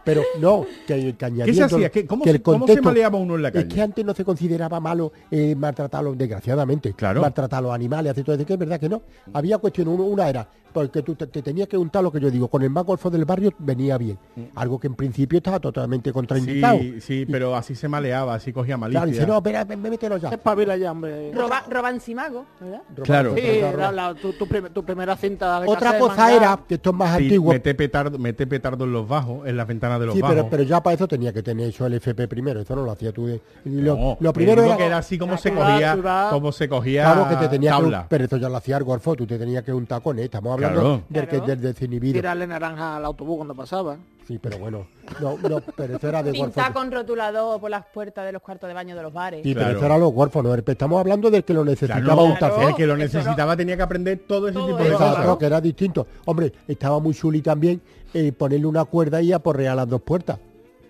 S3: Pero no, que, que añadiendo...
S2: hacía? ¿Qué- cómo se- cómo se maleaba uno en la
S3: Es
S2: calle?
S3: que antes no se consideraba malo eh, maltratar a los, desgraciadamente,
S2: Claro.
S3: maltratar a los animales, así todo, así que es verdad que no. Había cuestión, uno- una era, porque tú te, te tenías que untar lo que yo digo, con el más golfo del barrio venía bien, algo que en principio estaba totalmente contraindicado.
S2: Mm. sí, sí, pero así se maleaba, así cogía malicia.
S3: Claro, dice, no, espera, me- me- mételo ya.
S6: Espabila ya, hombre.
S5: Roba, Robancimago, ¿verdad?
S2: Claro.
S6: Sí, era la- tu, tu prim- tu primera cinta de
S3: Otra
S6: cassette,
S3: cosa
S6: manga.
S3: era, que esto es más
S2: Sí,
S3: antiguo,
S2: mete petardo, mete petardo en los bajos, en las ventanas de los
S3: Sí,
S2: bajos.
S3: pero, pero ya para eso tenía que tener hecho el FP primero, eso no lo hacía tú. de- lo,
S2: No,
S3: lo primero
S2: digo
S3: era,
S2: que era así como
S6: Ya,
S2: se
S6: tú vas,
S2: cogía,
S6: tú vas.
S2: como se cogía
S3: claro que te tenía que,
S2: tabla.
S3: un- pero eso ya lo hacía el Gorfo, tú te tenías que untar con él, estamos hablando
S2: Claro.
S3: del, que,
S5: Claro.
S3: del desinhibido.
S6: Tirarle naranja al autobús cuando pasaba.
S3: Sí, pero bueno. No, no, pero eso era de
S5: Pintar
S3: huérfanos.
S5: con rotulador por las puertas de los cuartos de baño de los bares.
S3: Sí, pero
S2: Claro.
S3: eso era los huérfanos. Estamos hablando del que lo necesitaba
S2: Claro,
S3: un tapón.
S2: el que lo
S5: Claro.
S2: necesitaba tenía que aprender todo ese
S5: Todo
S2: tipo
S5: eso,
S2: de
S3: Exacto,
S2: cosas.
S3: que era distinto. Hombre, estaba muy chuli también eh, ponerle una cuerda y aporrear las dos puertas.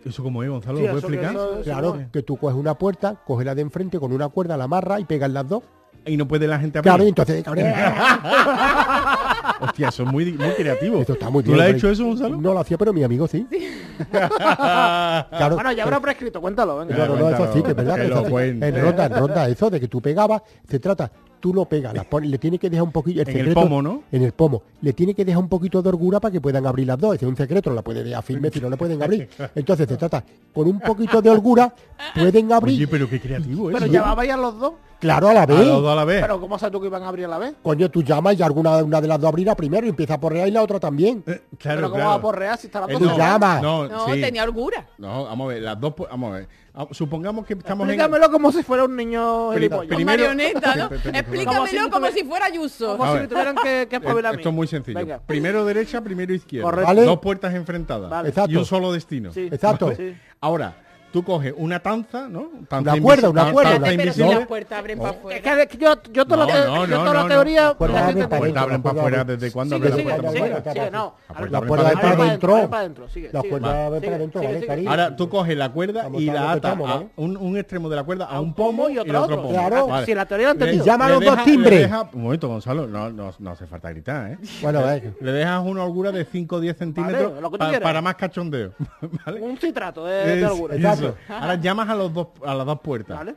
S2: ¿Eso como es, Gonzalo?
S6: Sí,
S2: ¿Lo puedes
S6: eso que
S2: explicar?
S6: eso- eso
S3: Claro,
S6: no.
S3: que tú coges una puerta, coges la de enfrente con una cuerda, la amarra y pegas las dos.
S2: Y no puede la gente abrir.
S3: Claro, y entonces, cabrón,
S2: Hostia, eso es muy, muy creativo.
S3: esto está muy
S2: ¿Tú lo has
S3: pero-
S2: hecho eso, Gonzalo?
S3: No lo hacía, pero mi amigo sí. Claro,
S6: Bueno, ya habrá prescrito, cuéntalo, venga.
S3: Claro, no, eso sí, que es verdad.
S2: Que
S3: que
S2: lo
S3: eso sí.
S2: cuente.
S3: en ronda, en ronda, eso de que tú pegabas, se trata, tú lo pegas, las pones, le tienes que dejar un poquillo...
S2: En el pomo, ¿no?
S3: En el pomo. Le tienes que dejar un poquito de orgura para que puedan abrir las dos. Ese es un secreto, no la puedes dejar firme si no la pueden abrir. Entonces se trata, con un poquito de orgura pueden abrir,
S2: Oye, pero qué creativo es.
S6: Pero llevabais a los dos.
S3: claro, a la
S2: A
S3: vez.
S2: los dos a la vez.
S6: Pero ¿cómo sabes tú que iban a abrir a la vez?
S3: Coño, tú llamas y alguna una de las dos abrirá primero y empieza a porrear y la otra también.
S2: Eh, claro,
S6: Pero ¿cómo
S2: claro.
S6: va a porrear si estaba
S2: Eh,
S3: tú
S6: todo
S3: llamas.
S2: No,
S5: No,
S2: sí.
S5: tenía orgura.
S2: No, vamos a ver, las dos... po- Vamos a ver. Ah, Supongamos que estamos en...
S6: Explícamelo como si fuera un niño
S2: Pri- pri-
S6: gilipollas.
S5: Con
S2: Primero-
S5: marioneta, ¿no?
S2: Pe- pe- pe-
S6: Como si
S5: Explícamelo
S6: no
S5: como
S6: tuviera-
S5: si fuera Yuso.
S6: Como
S2: A
S6: si
S2: ver. Eh,
S6: me tuvieran que, que espabilar a mí.
S2: Esto es muy sencillo.
S6: Venga.
S2: Primero derecha, primero izquierda.
S6: Correcto.
S2: Dos puertas enfrentadas. Y
S6: Vale.
S3: Exacto.
S2: un solo destino.
S6: Sí.
S3: Exacto.
S6: Sí.
S2: Ahora, tú coges una tanza, ¿no? Tanza
S3: Una cuerda,
S2: invisi-
S3: una
S2: tan-
S3: cuerda.
S2: tanza
S5: Espérate, pero si
S2: invisible.
S5: las puertas abren para
S6: Es
S5: afuera.
S6: que yo, yo toda la,
S2: No,
S6: te-
S2: no,
S6: yo
S2: no,
S6: toda la
S2: no,
S6: teoría...
S2: no.
S3: Puerta
S6: la
S3: abre
S6: gente-
S3: para
S2: Puerta
S3: adentro,
S2: abren
S3: la
S2: para
S3: puerta
S2: afuera.
S3: abre.
S2: ¿Desde cuándo
S6: Sí,
S2: abre
S6: que
S2: la
S6: sigue,
S2: puerta
S3: la
S2: para
S6: sigue,
S2: afuera?
S3: puerta.
S6: sigue, no.
S2: La
S6: Abre-
S2: puerta
S6: abre
S2: para
S6: para
S3: adentro.
S6: adentro, abre para adentro, sigue,
S3: La
S6: sigue.
S3: puerta
S6: Vale.
S3: abre para
S6: Sigue,
S3: adentro,
S6: sigue,
S3: ¿vale,
S6: sigue.
S3: Cari?
S2: Ahora tú coges la cuerda
S3: Estamos
S2: y la
S3: hablando de
S2: atas
S3: pomo,
S2: a
S3: ¿vale?
S2: un, un extremo de la cuerda a un pomo y el otro pomo.
S3: Claro,
S2: Vale.
S6: si la teoría la he
S2: Le-
S6: entendido.
S3: Y llama a
S2: le
S3: los dos
S2: deja- le
S3: timbres.
S2: deja- un momento, Gonzalo, no, no, no hace falta gritar, ¿eh?
S3: Bueno, eh,
S2: Le dejas una holgura de 5 o 10 centímetros
S6: Vale, lo que tú
S2: pa-
S6: quieras.
S2: para más cachondeo. ¿Vale?
S6: Un citrato eh, de, de
S2: Es-
S6: alguna.
S2: eso. Ahora llamas a, los dos, a las dos puertas.
S6: ¿Vale?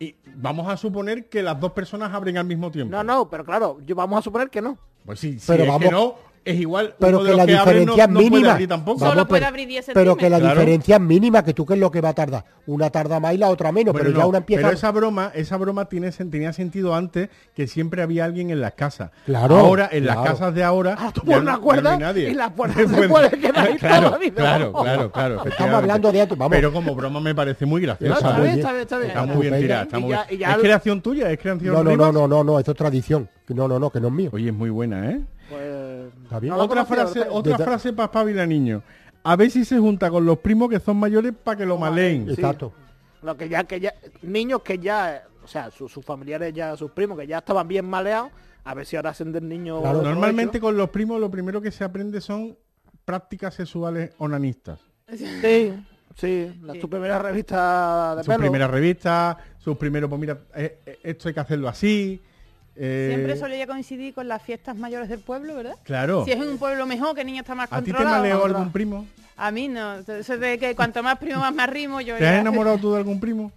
S2: Y vamos a suponer que las dos personas abren al mismo tiempo.
S6: No, no, pero claro, yo- vamos a suponer que no.
S2: Pues sí, si
S3: Pero
S2: es
S3: vamos-
S2: que no, es igual.
S3: pero
S2: uno de los
S3: que la
S2: abren no-
S3: diferencia es
S2: no puede
S3: mínima.
S2: abrir tampoco.
S5: Solo puede
S3: pero-
S5: abrir 10
S3: Pero que la
S2: centímetros. Claro.
S3: diferencia es mínima, que tú qué es lo que va a tardar. Una tarda más y la otra menos,
S2: Bueno,
S3: pero ya
S2: no,
S3: una empieza.
S2: pero esa broma, esa broma tiene, sen- tenía sentido antes que siempre había alguien en las casas.
S3: Claro,
S2: Ahora, en las
S3: claro. Ah,
S2: casas de ahora.
S6: Ahora tú
S2: ya
S6: pones
S2: no-
S6: una
S2: ya
S6: cuerda
S2: no hay nadie.
S6: y la puerta se
S2: Bueno,
S6: puede quedar ahí toda la
S2: claro,
S6: vida.
S2: claro, claro, claro. efectivamente.
S3: hablando de antes, vamos.
S2: Pero como broma me parece muy graciosa.
S3: Está
S6: Está
S3: muy
S6: bien,
S3: bien.
S6: está bien, está bien.
S2: Está muy bien
S3: Estupendo.
S2: tirada. está
S6: Y
S2: muy
S6: ya-
S2: bien.
S6: y ya-
S2: ¿Es creación tuya? ¿Es creación
S3: No, no,
S2: Rivas?
S3: no, no, no, no, eso es tradición. Que No, no, no, que no es mío.
S2: Oye, es muy buena, ¿eh?
S6: Pues,
S3: Está bien.
S6: no lo
S2: Otra
S6: conocía,
S2: frase,
S6: ¿verdad?
S2: otra
S3: Desde-
S2: frase para Pavila Niño. A ver si se junta con los primos que son mayores para que lo
S5: eh,
S2: maleen.
S6: sí.
S3: Exacto.
S6: Lo que ya, que ya, niños que ya, eh, o sea, sus, sus familiares ya, sus primos que ya estaban bien maleados, a ver si ahora hacen del niño.
S3: Claro,
S6: otro
S2: Normalmente con los primos lo primero que se aprende son prácticas sexuales onanistas.
S6: hecho. Sí, sí, la, su primera revista de
S2: Sus
S6: pelo.
S2: primeras revistas, sus primeros, pues mira, eh, eh, esto hay que hacerlo así. eh,
S5: Siempre solía coincidir con las fiestas mayores del pueblo, ¿verdad?
S2: Claro.
S5: Si es en un pueblo mejor, que el niño está más
S2: ¿A ti te
S5: controlado.
S2: maleó
S5: controlado.
S2: algún primo?
S5: A mí no. Eso de que cuanto más primo, más me arrimo yo.
S2: ¿Te has
S5: ya.
S2: enamorado tú de algún primo?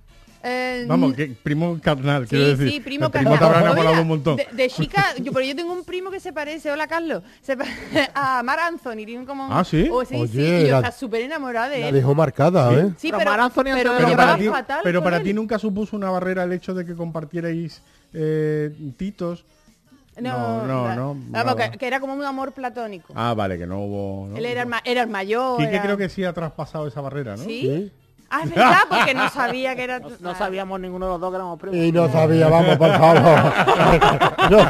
S5: Eh,
S2: Vamos, que primo carnal, quiero
S5: Sí,
S2: decir.
S5: sí, primo
S2: El primo te
S5: Carlos.
S2: habrá
S5: Mira,
S2: enamorado un montón.
S5: De, de chica, yo, pero yo tengo un primo que se parece, hola Carlos, se pa- a Mar Anthony. tiene como un-
S2: Ah, ¿sí?
S5: Oh, sí, sí,
S3: Oye,
S5: y yo
S3: la-
S5: estaba súper enamorada de
S3: La
S5: él.
S3: dejó marcada,
S2: Sí.
S3: ¿eh?
S5: Sí,
S6: Pero
S5: pero,
S6: Mar Anthony antes
S5: pero me
S6: de
S2: Pero
S6: lo
S5: llevaba
S2: para,
S6: grababa
S2: ti,
S5: fatal
S2: pero
S5: con
S2: para
S5: él.
S2: ti nunca supuso una barrera el hecho de que compartierais eh, titos.
S5: No,
S2: no,
S5: la-
S2: no,
S5: Vamos,
S2: nada.
S5: que, que era como un amor platónico.
S2: Ah, vale, que no hubo... ¿no?
S5: Él era el, ma- era el mayor.
S2: Quique
S5: era-
S2: creo que sí ha traspasado esa barrera, ¿no?
S5: ¿Sí?
S3: Sí.
S5: Ah, es verdad, porque no sabía que era...
S6: No, no sabíamos ninguno de los dos que éramos primos.
S3: Y no sabía, vamos, por favor. No
S6: No, no
S3: sabía.
S6: lo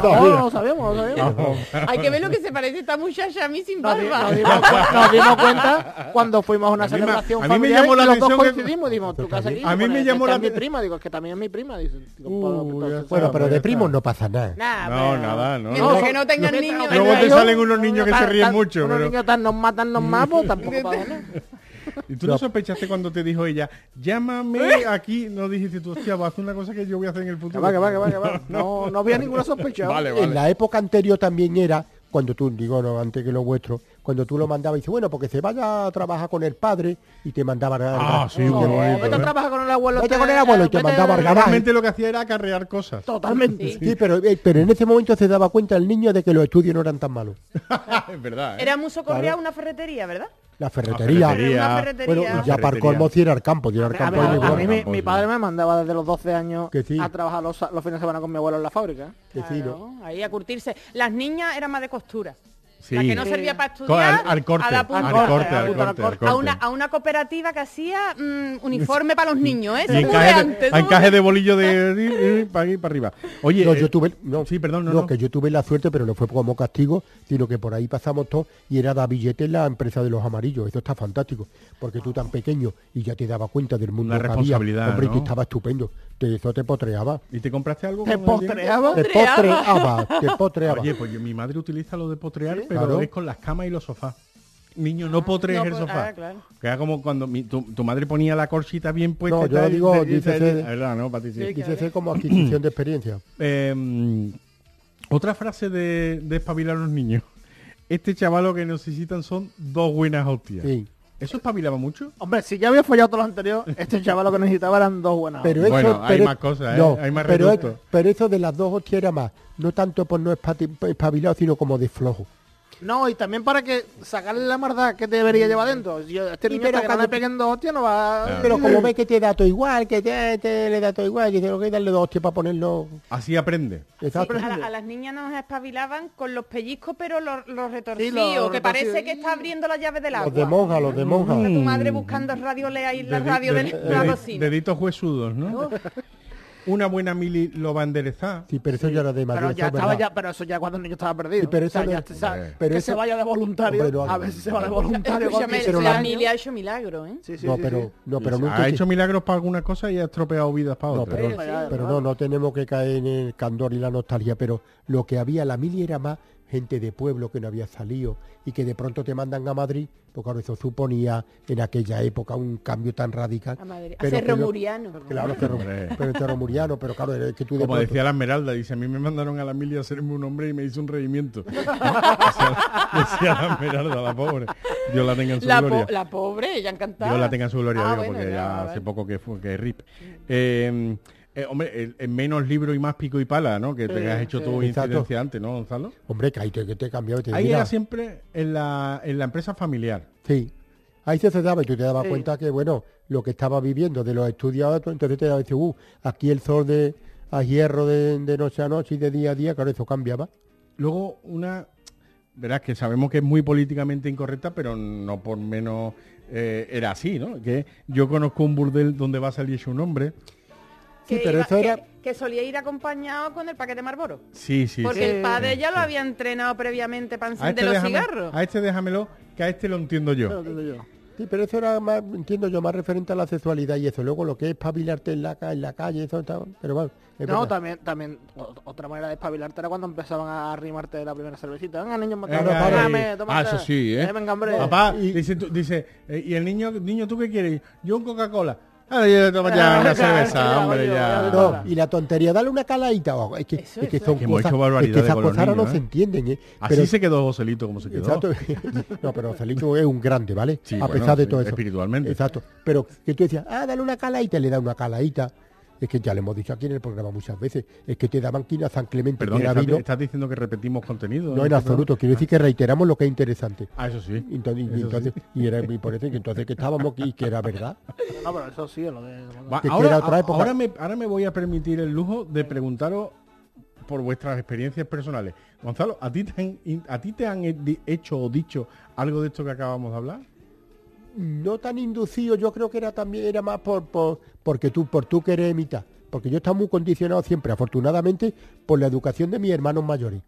S6: sabíamos, no lo sabíamos.
S5: Hay que ver lo que se parece esta muchacha a mí sin
S6: Nos, di-
S5: barba.
S6: nos dimos, cu- nos dimos cuenta cuando fuimos a una
S2: A mí me-
S6: celebración
S2: a mí me
S6: familiar
S2: llamó la
S6: y los dos
S2: atención que-
S6: coincidimos. Dimos, ¿tú qué haces aquí?
S2: A mí
S6: Pone,
S2: me llamó
S6: "Esta
S2: la
S6: es mi
S2: aten-
S6: prima. Digo, es que también es mi prima. Dicen, digo,
S2: Uh,
S6: pues,
S2: ya
S6: entonces-
S3: Bueno, pero
S2: Ya
S3: de
S2: está.
S3: primos no pasa nada.
S5: Nah,
S2: No,
S5: pero-
S2: nada, no,
S5: Mientras
S2: no.
S5: que no tengan niños.
S2: Luego
S5: no
S2: te
S5: tengan-
S2: salen unos niños que se
S6: Tan-
S2: ríen
S6: tan-
S2: mucho,
S6: Unos
S2: pero-
S6: niños tan nos matan, nos mamos, tampoco pasa nada.
S2: ¿Y tú no sospechaste cuando te dijo ella, llámame aquí? No dijiste tú, hostia, va a hacer una cosa que yo voy a hacer en el
S6: Que
S2: futuro.
S6: va, que va, que va, que va. No, no había ninguna sospecha.
S2: Vale,
S3: En
S2: vale.
S3: la época anterior también era, cuando tú, digo, no, antes que lo vuestro, cuando tú lo mandabas y dices, bueno, porque se vaya a trabajar con el padre y te mandaba...
S2: Ah, sí,
S3: y te-
S2: muy
S6: No,
S2: bonito,
S6: vete a
S2: ¿eh?
S6: trabajar con el abuelo.
S3: Vete
S6: te-
S3: con el abuelo y te
S6: vete-
S3: mandaba al garaje.
S2: Realmente lo que hacía era acarrear cosas.
S6: Totalmente.
S3: Sí, pero, eh, pero en ese momento se daba cuenta el niño de que los estudios no eran tan malos.
S2: es verdad, ¿eh?
S5: Era muy socorrida
S3: Claro.
S5: una ferretería, ¿verdad?
S3: La ferretería.
S2: ferretería.
S5: Era una
S2: Bueno,
S5: ferretería.
S3: Bueno, ya para
S2: Ferretería.
S3: colmo si era el campo, si era el
S6: A,
S3: campo
S6: ver, a-
S3: de
S6: a
S3: Lisboa.
S6: mí mi, mi padre me mandaba desde los 12 años
S3: Que sí.
S6: a trabajar los, los fines de semana con mi abuelo en la fábrica.
S3: Que sí, ¿no?
S5: Claro, ahí a curtirse. Las niñas eran más de costura.
S2: Sí.
S5: La que no servía para
S2: Co- al,
S5: estudiar.
S2: al corte,
S5: a
S2: al
S5: la
S2: corte,
S5: punta.
S2: al
S6: punta.
S2: corte,
S6: A
S2: al
S6: la
S2: corte. al
S6: punta.
S5: a una,
S2: corte.
S5: a una cooperativa que hacía mm, uniforme para los niños, ¿eh? Eso
S2: Y
S5: es muy de
S2: encaje de,
S5: antes, eso es muy
S2: encaje
S5: de-
S2: de bolillo de, para aquí para arriba. Oye,
S3: No,
S2: eh,
S3: yo tuve, no,
S2: sí, perdón, no,
S3: no,
S2: no.
S3: que yo tuve la suerte, pero no fue como castigo, sino que por ahí pasamos todo y era dar billetes la empresa de los amarillos. Eso está fantástico, porque tú tan pequeño y ya te dabas cuenta del mundo
S2: Una
S3: que había.
S2: Ah. responsabilidad,
S3: Hombre,
S2: ¿no?
S3: que estaba estupendo. Te, eso te potreaba.
S2: ¿Y te compraste algo?
S6: ¿Te
S2: con el dinero?
S6: postreaba?
S3: Te potreaba, te potreaba.
S2: Oye, pues yo- mi madre utiliza lo de potrear, pero
S3: Claro.
S2: es con las camas y los sofás. Niño, no potrees
S5: no
S2: el
S5: po-
S2: sofá.
S5: ah, claro.
S2: Que era como cuando mi- tu, tu madre ponía la corchita bien puesta.
S3: No,
S2: y
S3: yo
S2: tal,
S3: digo,
S2: y tal, y
S3: dice
S2: tal, y-
S3: ese-
S2: Ah, ¿Verdad, no, Patricia?
S5: eh". Sí,
S3: Dice ser como adquisición de experiencia.
S2: Eh, otra frase de, de espabilar a los niños. Este chaval lo que necesitan son dos buenas hostias.
S3: Sí.
S2: ¿Eso espabilaba mucho?
S6: Hombre, si ya había follado todo lo anterior, este chaval lo que necesitaba eran dos buenas.
S3: Pero
S6: horas.
S3: eso,
S2: Bueno, hay
S3: pero-
S2: más cosas, ¿eh? Hay más
S3: pero,
S2: reductos.
S3: pero eso de las dos hostias era más. No tanto por no espati- espabilado, sino como de flojo.
S6: No, y también para que sacarle la maldad que debería llevar dentro. Yo, este niño
S3: pero
S6: hasta que no
S3: cuando-
S6: le peguen dos hostias no va...
S3: Pero como ve que te da todo igual, que te, te le da todo igual, dice, ok, dale dos hostias para ponerlo.
S2: Así aprende.
S3: Exacto.
S5: Sí, a, la- a las niñas nos espabilaban con los pellizcos, pero los, los retorcidos, que
S6: retorcidos.
S5: parece que está abriendo la llave del agua.
S3: Los de monja, los de monja.
S5: Tu madre
S2: Mm.
S5: buscando radio, le ahí la
S2: Dedi-
S5: radio de,
S2: dedi-
S5: la
S2: dedi-
S5: cocina.
S2: Deditos huesudos, ¿no? Una buena mili lo va a enderezar.
S3: Sí, pero eso ya era de Madrid.
S6: Pero
S3: eso
S6: ya
S3: es
S6: estaba
S3: verdad.
S6: ya, pero eso ya cuando el niño estaba perdido.
S3: Sí, pero
S6: O sea,
S3: eso no-
S6: ya te sabe.
S2: Hombre.
S3: pero
S6: que
S3: eso-
S6: se vaya de voluntario.
S3: Hombre, no,
S6: a ver si se va de voluntario. con
S5: Escúchame,
S6: 16
S3: pero
S5: la
S3: la-
S6: años.
S5: Mili ha hecho milagro, ¿eh?
S6: Sí, sí,
S3: No,
S6: sí,
S3: pero,
S6: sí.
S3: no, pero nunca
S2: ha
S3: que-
S2: hecho milagros para alguna cosa y ha estropeado vidas para
S3: No,
S2: otra.
S3: pero,
S6: Venga, ya,
S3: pero
S6: hermano.
S3: no, no tenemos que caer en el candor y la nostalgia, pero lo que había, la mili era más gente de pueblo que no había salido y que de pronto te mandan a Madrid, porque claro, eso suponía en aquella época un cambio tan radical.
S5: A Madrid. A
S3: Pero
S5: Cerro
S3: que lo-
S5: Muriano.
S3: Claro, Cerro,
S2: Hombre.
S3: pero Cerro Muriano, pero claro, es que tú de
S2: Como
S3: pronto-
S2: decía la Esmeralda, dice, a mí me mandaron a la mili a hacerme un hombre y me hizo un reguimiento. decía, decía la Esmeralda, la pobre. Dios la tenga en su
S5: La, po-
S2: gloria.
S5: la pobre, ella encantada.
S2: Dios la tenga en su gloria,
S5: Ah,
S2: digo,
S5: bueno,
S2: porque
S5: ya,
S2: ya hace
S5: vale.
S2: poco que fue que rip. Eh, eh, hombre, el- el menos libro y más pico y pala, ¿no? Que te has hecho tu
S3: Exacto.
S2: incidencia antes, ¿no, Gonzalo?
S3: Hombre, que ahí te, que te cambiaba y te
S2: Ahí
S3: mira,
S2: era siempre en la, en la empresa familiar.
S3: Sí. Ahí se cerraba y tú te dabas
S6: Sí.
S3: cuenta que, bueno, lo que estaba viviendo de los estudiados, tú entonces te dabas, uh, aquí el sol de a hierro de, de noche a noche y de día a día, claro, eso cambiaba.
S2: Luego una, verás que sabemos que es muy políticamente incorrecta, pero no por menos eh, era así, ¿no? Que yo conozco un burdel donde va a salir un hombre.
S3: Sí,
S5: Que
S3: pero
S5: iba-
S3: eso era-
S5: Que, que solía ir acompañado con el paquete Marlboro.
S2: Sí, sí.
S5: Porque
S2: sí.
S5: el padre ya lo había entrenado previamente para
S2: A este,
S5: encender los
S2: déjame-
S5: cigarros.
S2: a este déjamelo, que a este lo entiendo
S6: Eso lo
S2: yo.
S6: entiendo yo.
S3: Sí, pero eso era más, entiendo yo, más referente a la sexualidad y eso. Luego lo que es espabilarte en la, ca- en la calle, eso está- Pero bueno, es
S6: No,
S3: verdad.
S6: también, también, o- otra manera de espabilarte era cuando empezaban a arrimarte de la primera cervecita. Venga, niños,
S2: Venga,
S6: matando,
S2: ahí.
S6: tómame, tómate.
S2: Eh, Ah, eso sí, ¿eh?
S6: Eh, Venga, hombre.
S2: Papá, dice, tú- dice, eh, y el niño, niño, ¿tú qué quieres? Yo un Coca-Cola. Ah, ya, toma ya una
S6: Ah,
S2: cerveza,
S6: ya,
S2: hombre,
S6: ya,
S2: ya.
S6: ya,
S3: No,
S6: Ahora.
S3: y la tontería, dale una caladita. ojo, es que,
S5: Eso,
S3: es que
S5: eso.
S3: son
S2: Que hemos hecho
S3: cosas, es que
S2: barbaridades
S3: esas
S2: con los
S3: cosas ahora no
S2: niños,
S3: se
S2: ¿eh?
S3: entienden, ¿eh?
S2: Así
S3: Pero,
S2: se quedó Joselito como se quedó.
S3: Exacto. No, pero Celito es un grande, ¿vale?
S2: Sí,
S3: a
S2: bueno,
S3: pesar de todo eso.
S2: espiritualmente.
S3: Exacto. Pero que tú decías, ah, dale una calaita, le da una calaita. Es que ya lo hemos dicho aquí en el programa muchas veces. Es que te daban quina San Clemente,
S2: Perdón,
S3: que era
S2: estás,
S3: vino.
S2: estás diciendo que repetimos contenido.
S3: no en
S2: Este
S3: absoluto. Quiero decir que reiteramos lo que es interesante.
S2: programa. Ah, eso sí.
S3: Entonces, y,
S2: Eso
S3: entonces, y era y por eso que entonces que estábamos y que era verdad.
S6: No, pero eso sí, es lo de...
S2: Va,
S3: que
S2: ahora,
S3: era otra
S2: a-
S3: época.
S2: ahora me, ahora me voy a permitir el lujo de preguntaros por vuestras experiencias personales. Gonzalo, ¿a ti te han, in- a ti te han he- di- hecho o dicho algo de esto que acabamos de hablar?
S3: No tan inducido, yo creo que era también, era más por, por porque tú, por tú querer imitar. Porque yo estaba muy condicionado siempre, afortunadamente, por la educación de mis hermanos mayores.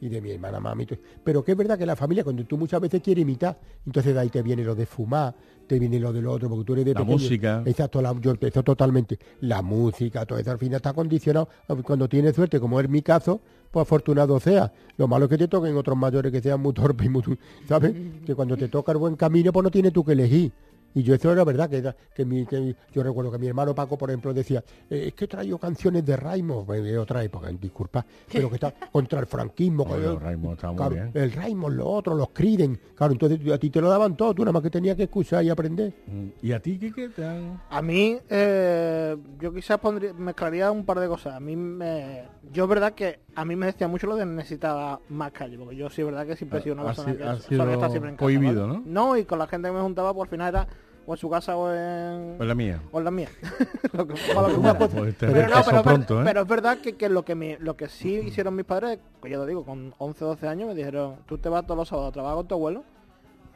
S3: y de mi hermana mami. tú- Pero que es verdad que la familia, cuando tú muchas veces quieres imitar, entonces de ahí te viene lo de fumar, te viene lo de lo otro, porque tú eres de
S2: La
S3: pequeño.
S2: música.
S3: Exacto, la, yo empezó totalmente. La música, todo eso al final está condicionado. eh, Cuando tienes suerte, como es mi caso, pues afortunado sea. Lo malo es que te toquen otros mayores que sean muy torpes y muy... tu- ¿Sabes? Que cuando te toca el buen camino, pues no tienes tú que elegir. Y yo eso era verdad, que, era- que, mi- que yo recuerdo que mi hermano Paco, por ejemplo, decía, "Eh, es que traigo canciones de Raimo, pues, de otra época, eh, disculpa, pero que está contra el franquismo,
S2: Oye,
S3: Claro,
S2: los Raimos estaban muy
S3: claro,
S2: bien.
S3: El Raymond, los otros, los Criden. Claro, entonces a ti te lo daban todo, tú nada más que tenías que escuchar y aprender.
S2: Mm, ¿Y a ti, Kike, te han...?
S6: A mí, eh, yo quizás pondría, mezclaría un par de cosas. A mí, me, yo es verdad que a mí me decía mucho lo de necesitaba más calle, porque yo sí es verdad que siempre he sido una
S2: Ha- ha
S6: persona
S2: si-
S6: que
S2: ha
S6: suele estar
S2: sido
S6: siempre en casa.
S2: cohibido,
S6: ¿vale?
S2: ¿no?
S6: y con la gente que me juntaba, por al final era o en su casa o en,
S2: Pues la mía.
S6: o en la mía. Lo que- para lo que
S2: Bueno,
S6: pueda.
S2: pues te
S6: pero, no,
S2: repaso
S6: pero, es ver-
S2: pronto, ¿eh?
S6: pero es verdad que, que lo que me, lo que sí hicieron mis padres, que ya te digo, con 11 12 años me dijeron, tú te vas todos los sábados a trabajar con tu abuelo.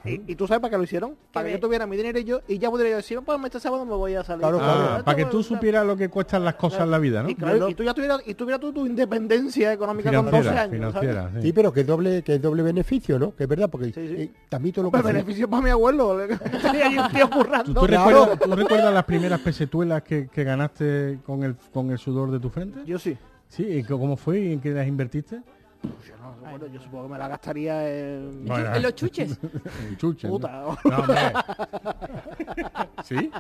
S6: Y, y tú sabes para qué lo hicieron, para que
S5: ve-
S6: yo tuviera mi dinero y yo, y ya podría yo decir, pues este sábado me voy a salir.
S3: Claro,
S6: Ah,
S3: claro.
S2: Ah,
S6: este
S2: para que
S6: voy-
S2: tú supieras lo que cuestan las cosas en la vida, ¿no?
S6: Y, claro,
S3: No, no.
S6: y tú ya tuvieras, y tuviera tú tu independencia económica con 12
S2: Financiera,
S6: años. ¿sabes?
S2: financiera.
S3: Sí,
S2: sí.
S3: pero que es doble, que es doble beneficio, ¿no? Que es verdad, porque
S6: Sí, sí.
S3: eh, también todo lo que
S6: Pues
S3: hacía-
S6: beneficio para mi abuelo. Tenía ahí un tío
S2: ¿Tú,
S6: currando.
S2: tú
S3: Claro.
S2: recuerdas, tú recuerdas las primeras pesetuelas que, que ganaste con el, con el sudor de tu frente?
S6: Yo sí.
S2: Sí, ¿y co- cómo fue y en qué las invertiste?
S6: Yo, no, bueno, yo supongo que me la gastaría en...
S2: Bueno,
S5: En los chuches.
S2: en chuches, ¿no?
S6: Puta. o-
S2: No, hombre. ¿Sí?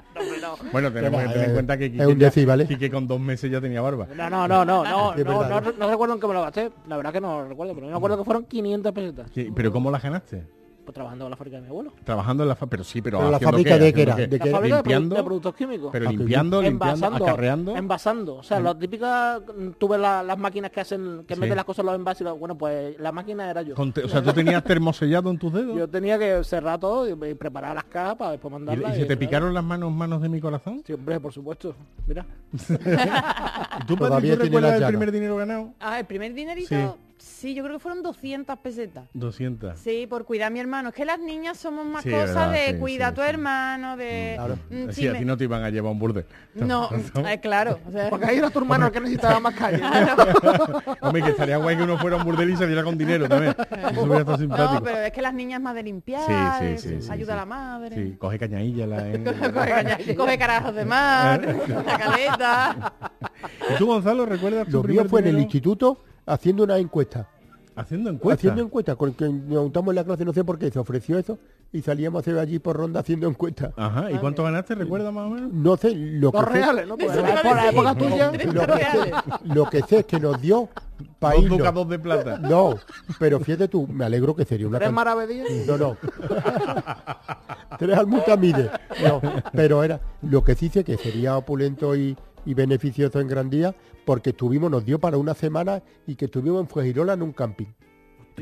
S2: Bueno, tenemos que
S3: va,
S2: tener en
S3: eh,
S2: cuenta que
S3: es
S2: Quique,
S3: un ¿eh?
S2: ya-
S3: decir, ¿vale?
S2: Quique con dos meses ya tenía barba.
S6: No, no, no, no, no,
S3: Es
S6: no,
S3: verdad.
S6: no, no recuerdo en qué me lo gasté. La verdad que no lo recuerdo, pero yo me acuerdo que fueron 500 pesetas.
S2: ¿Qué- ¿Pero cómo las ganaste?
S6: Pues trabajando en la fábrica de mi abuelo.
S2: Trabajando en la fábrica, pero sí, pero,
S3: Pero la
S2: ¿haciendo
S3: fábrica de qué
S2: ¿Haciendo
S3: era? ¿De
S6: La
S3: qué?
S6: fábrica de produ-
S2: Limpiando,
S6: de productos químicos.
S2: Pero
S3: Ah, que
S2: limpiando, limpiando, acarreando.
S6: envasando. O sea, las típicas, mm, tuve la- las máquinas que hacen, que
S2: Sí.
S6: meten las cosas en los envases. y lo- Bueno, pues la máquina era yo.
S2: Con te- o sea, tú tenías termosellado en tus dedos.
S6: Yo tenía que cerrar todo y, y preparar las cajas para después
S2: ¿Y, y
S6: mandarlas.
S2: se te
S6: claro.
S2: picaron las manos, manos de mi corazón?
S6: Sí, hombre, por supuesto. Mira.
S2: ¿Y tú, Patri,
S3: Todavía
S2: tú
S3: tiene
S2: recuerdas
S3: las
S2: el
S3: llagas.
S2: primer dinero ganado?
S5: Ah, el primer dinerito, sí. yo creo que fueron 200 pesetas.
S2: 200.
S5: Sí, por cuidar a mi hermano. Es que las niñas somos más
S2: Sí,
S5: cosas
S2: verdad,
S5: de
S2: sí,
S5: cuida
S2: sí,
S5: a tu
S2: sí.
S5: hermano, de...
S3: Claro.
S5: Mm,
S2: Sí,
S5: sí,
S2: a
S5: me-
S2: ti no te iban a llevar a un burdel.
S5: No, eh, claro. o sea,
S6: Porque ahí era tu hermano el que necesitaba más calle.
S2: Hombre, que estaría guay que uno fuera a un burdel y saliera con dinero también. Eso hubiera estado simpático.
S5: no, pero es que las niñas más de limpiar,
S2: Sí, sí,
S5: de-
S2: sí, sí,
S5: ayuda
S2: sí.
S5: a la madre.
S2: Sí, coge cañailla la...
S5: Coge, caña- coge carajos de mar, la caleta.
S2: ¿Y tú, Gonzalo, recuerdas tu
S3: Lo mío
S2: primer
S3: fue en el
S2: dinero?
S3: instituto haciendo una encuesta.
S2: Haciendo encuestas.
S3: Haciendo encuesta, con que nos juntamos en la clase, no sé por qué, se ofreció eso y salíamos a hacer allí por ronda haciendo encuesta.
S2: Ajá, ¿y cuánto ganaste? ¿Recuerdas más o menos?
S3: No sé, lo que
S6: Los
S3: sé-
S6: reales, ¿no? Por
S5: Eso te
S6: la,
S5: iba a
S6: por la
S5: decir.
S6: época tuya.
S5: Tres
S3: lo, que sé,
S5: reales.
S3: lo que sé es que nos dio para
S2: Dos
S3: irnos.
S2: ducados de plata.
S3: No, pero fíjate tú, me alegro que sería una
S6: Tres
S3: cantidad-
S6: maravedías.
S3: No, no. Tres almutamide. No, pero era lo que sí sé que sería opulento y, y beneficioso en gran día, porque estuvimos, nos dio para una semana y que estuvimos en Fuegirola en un camping.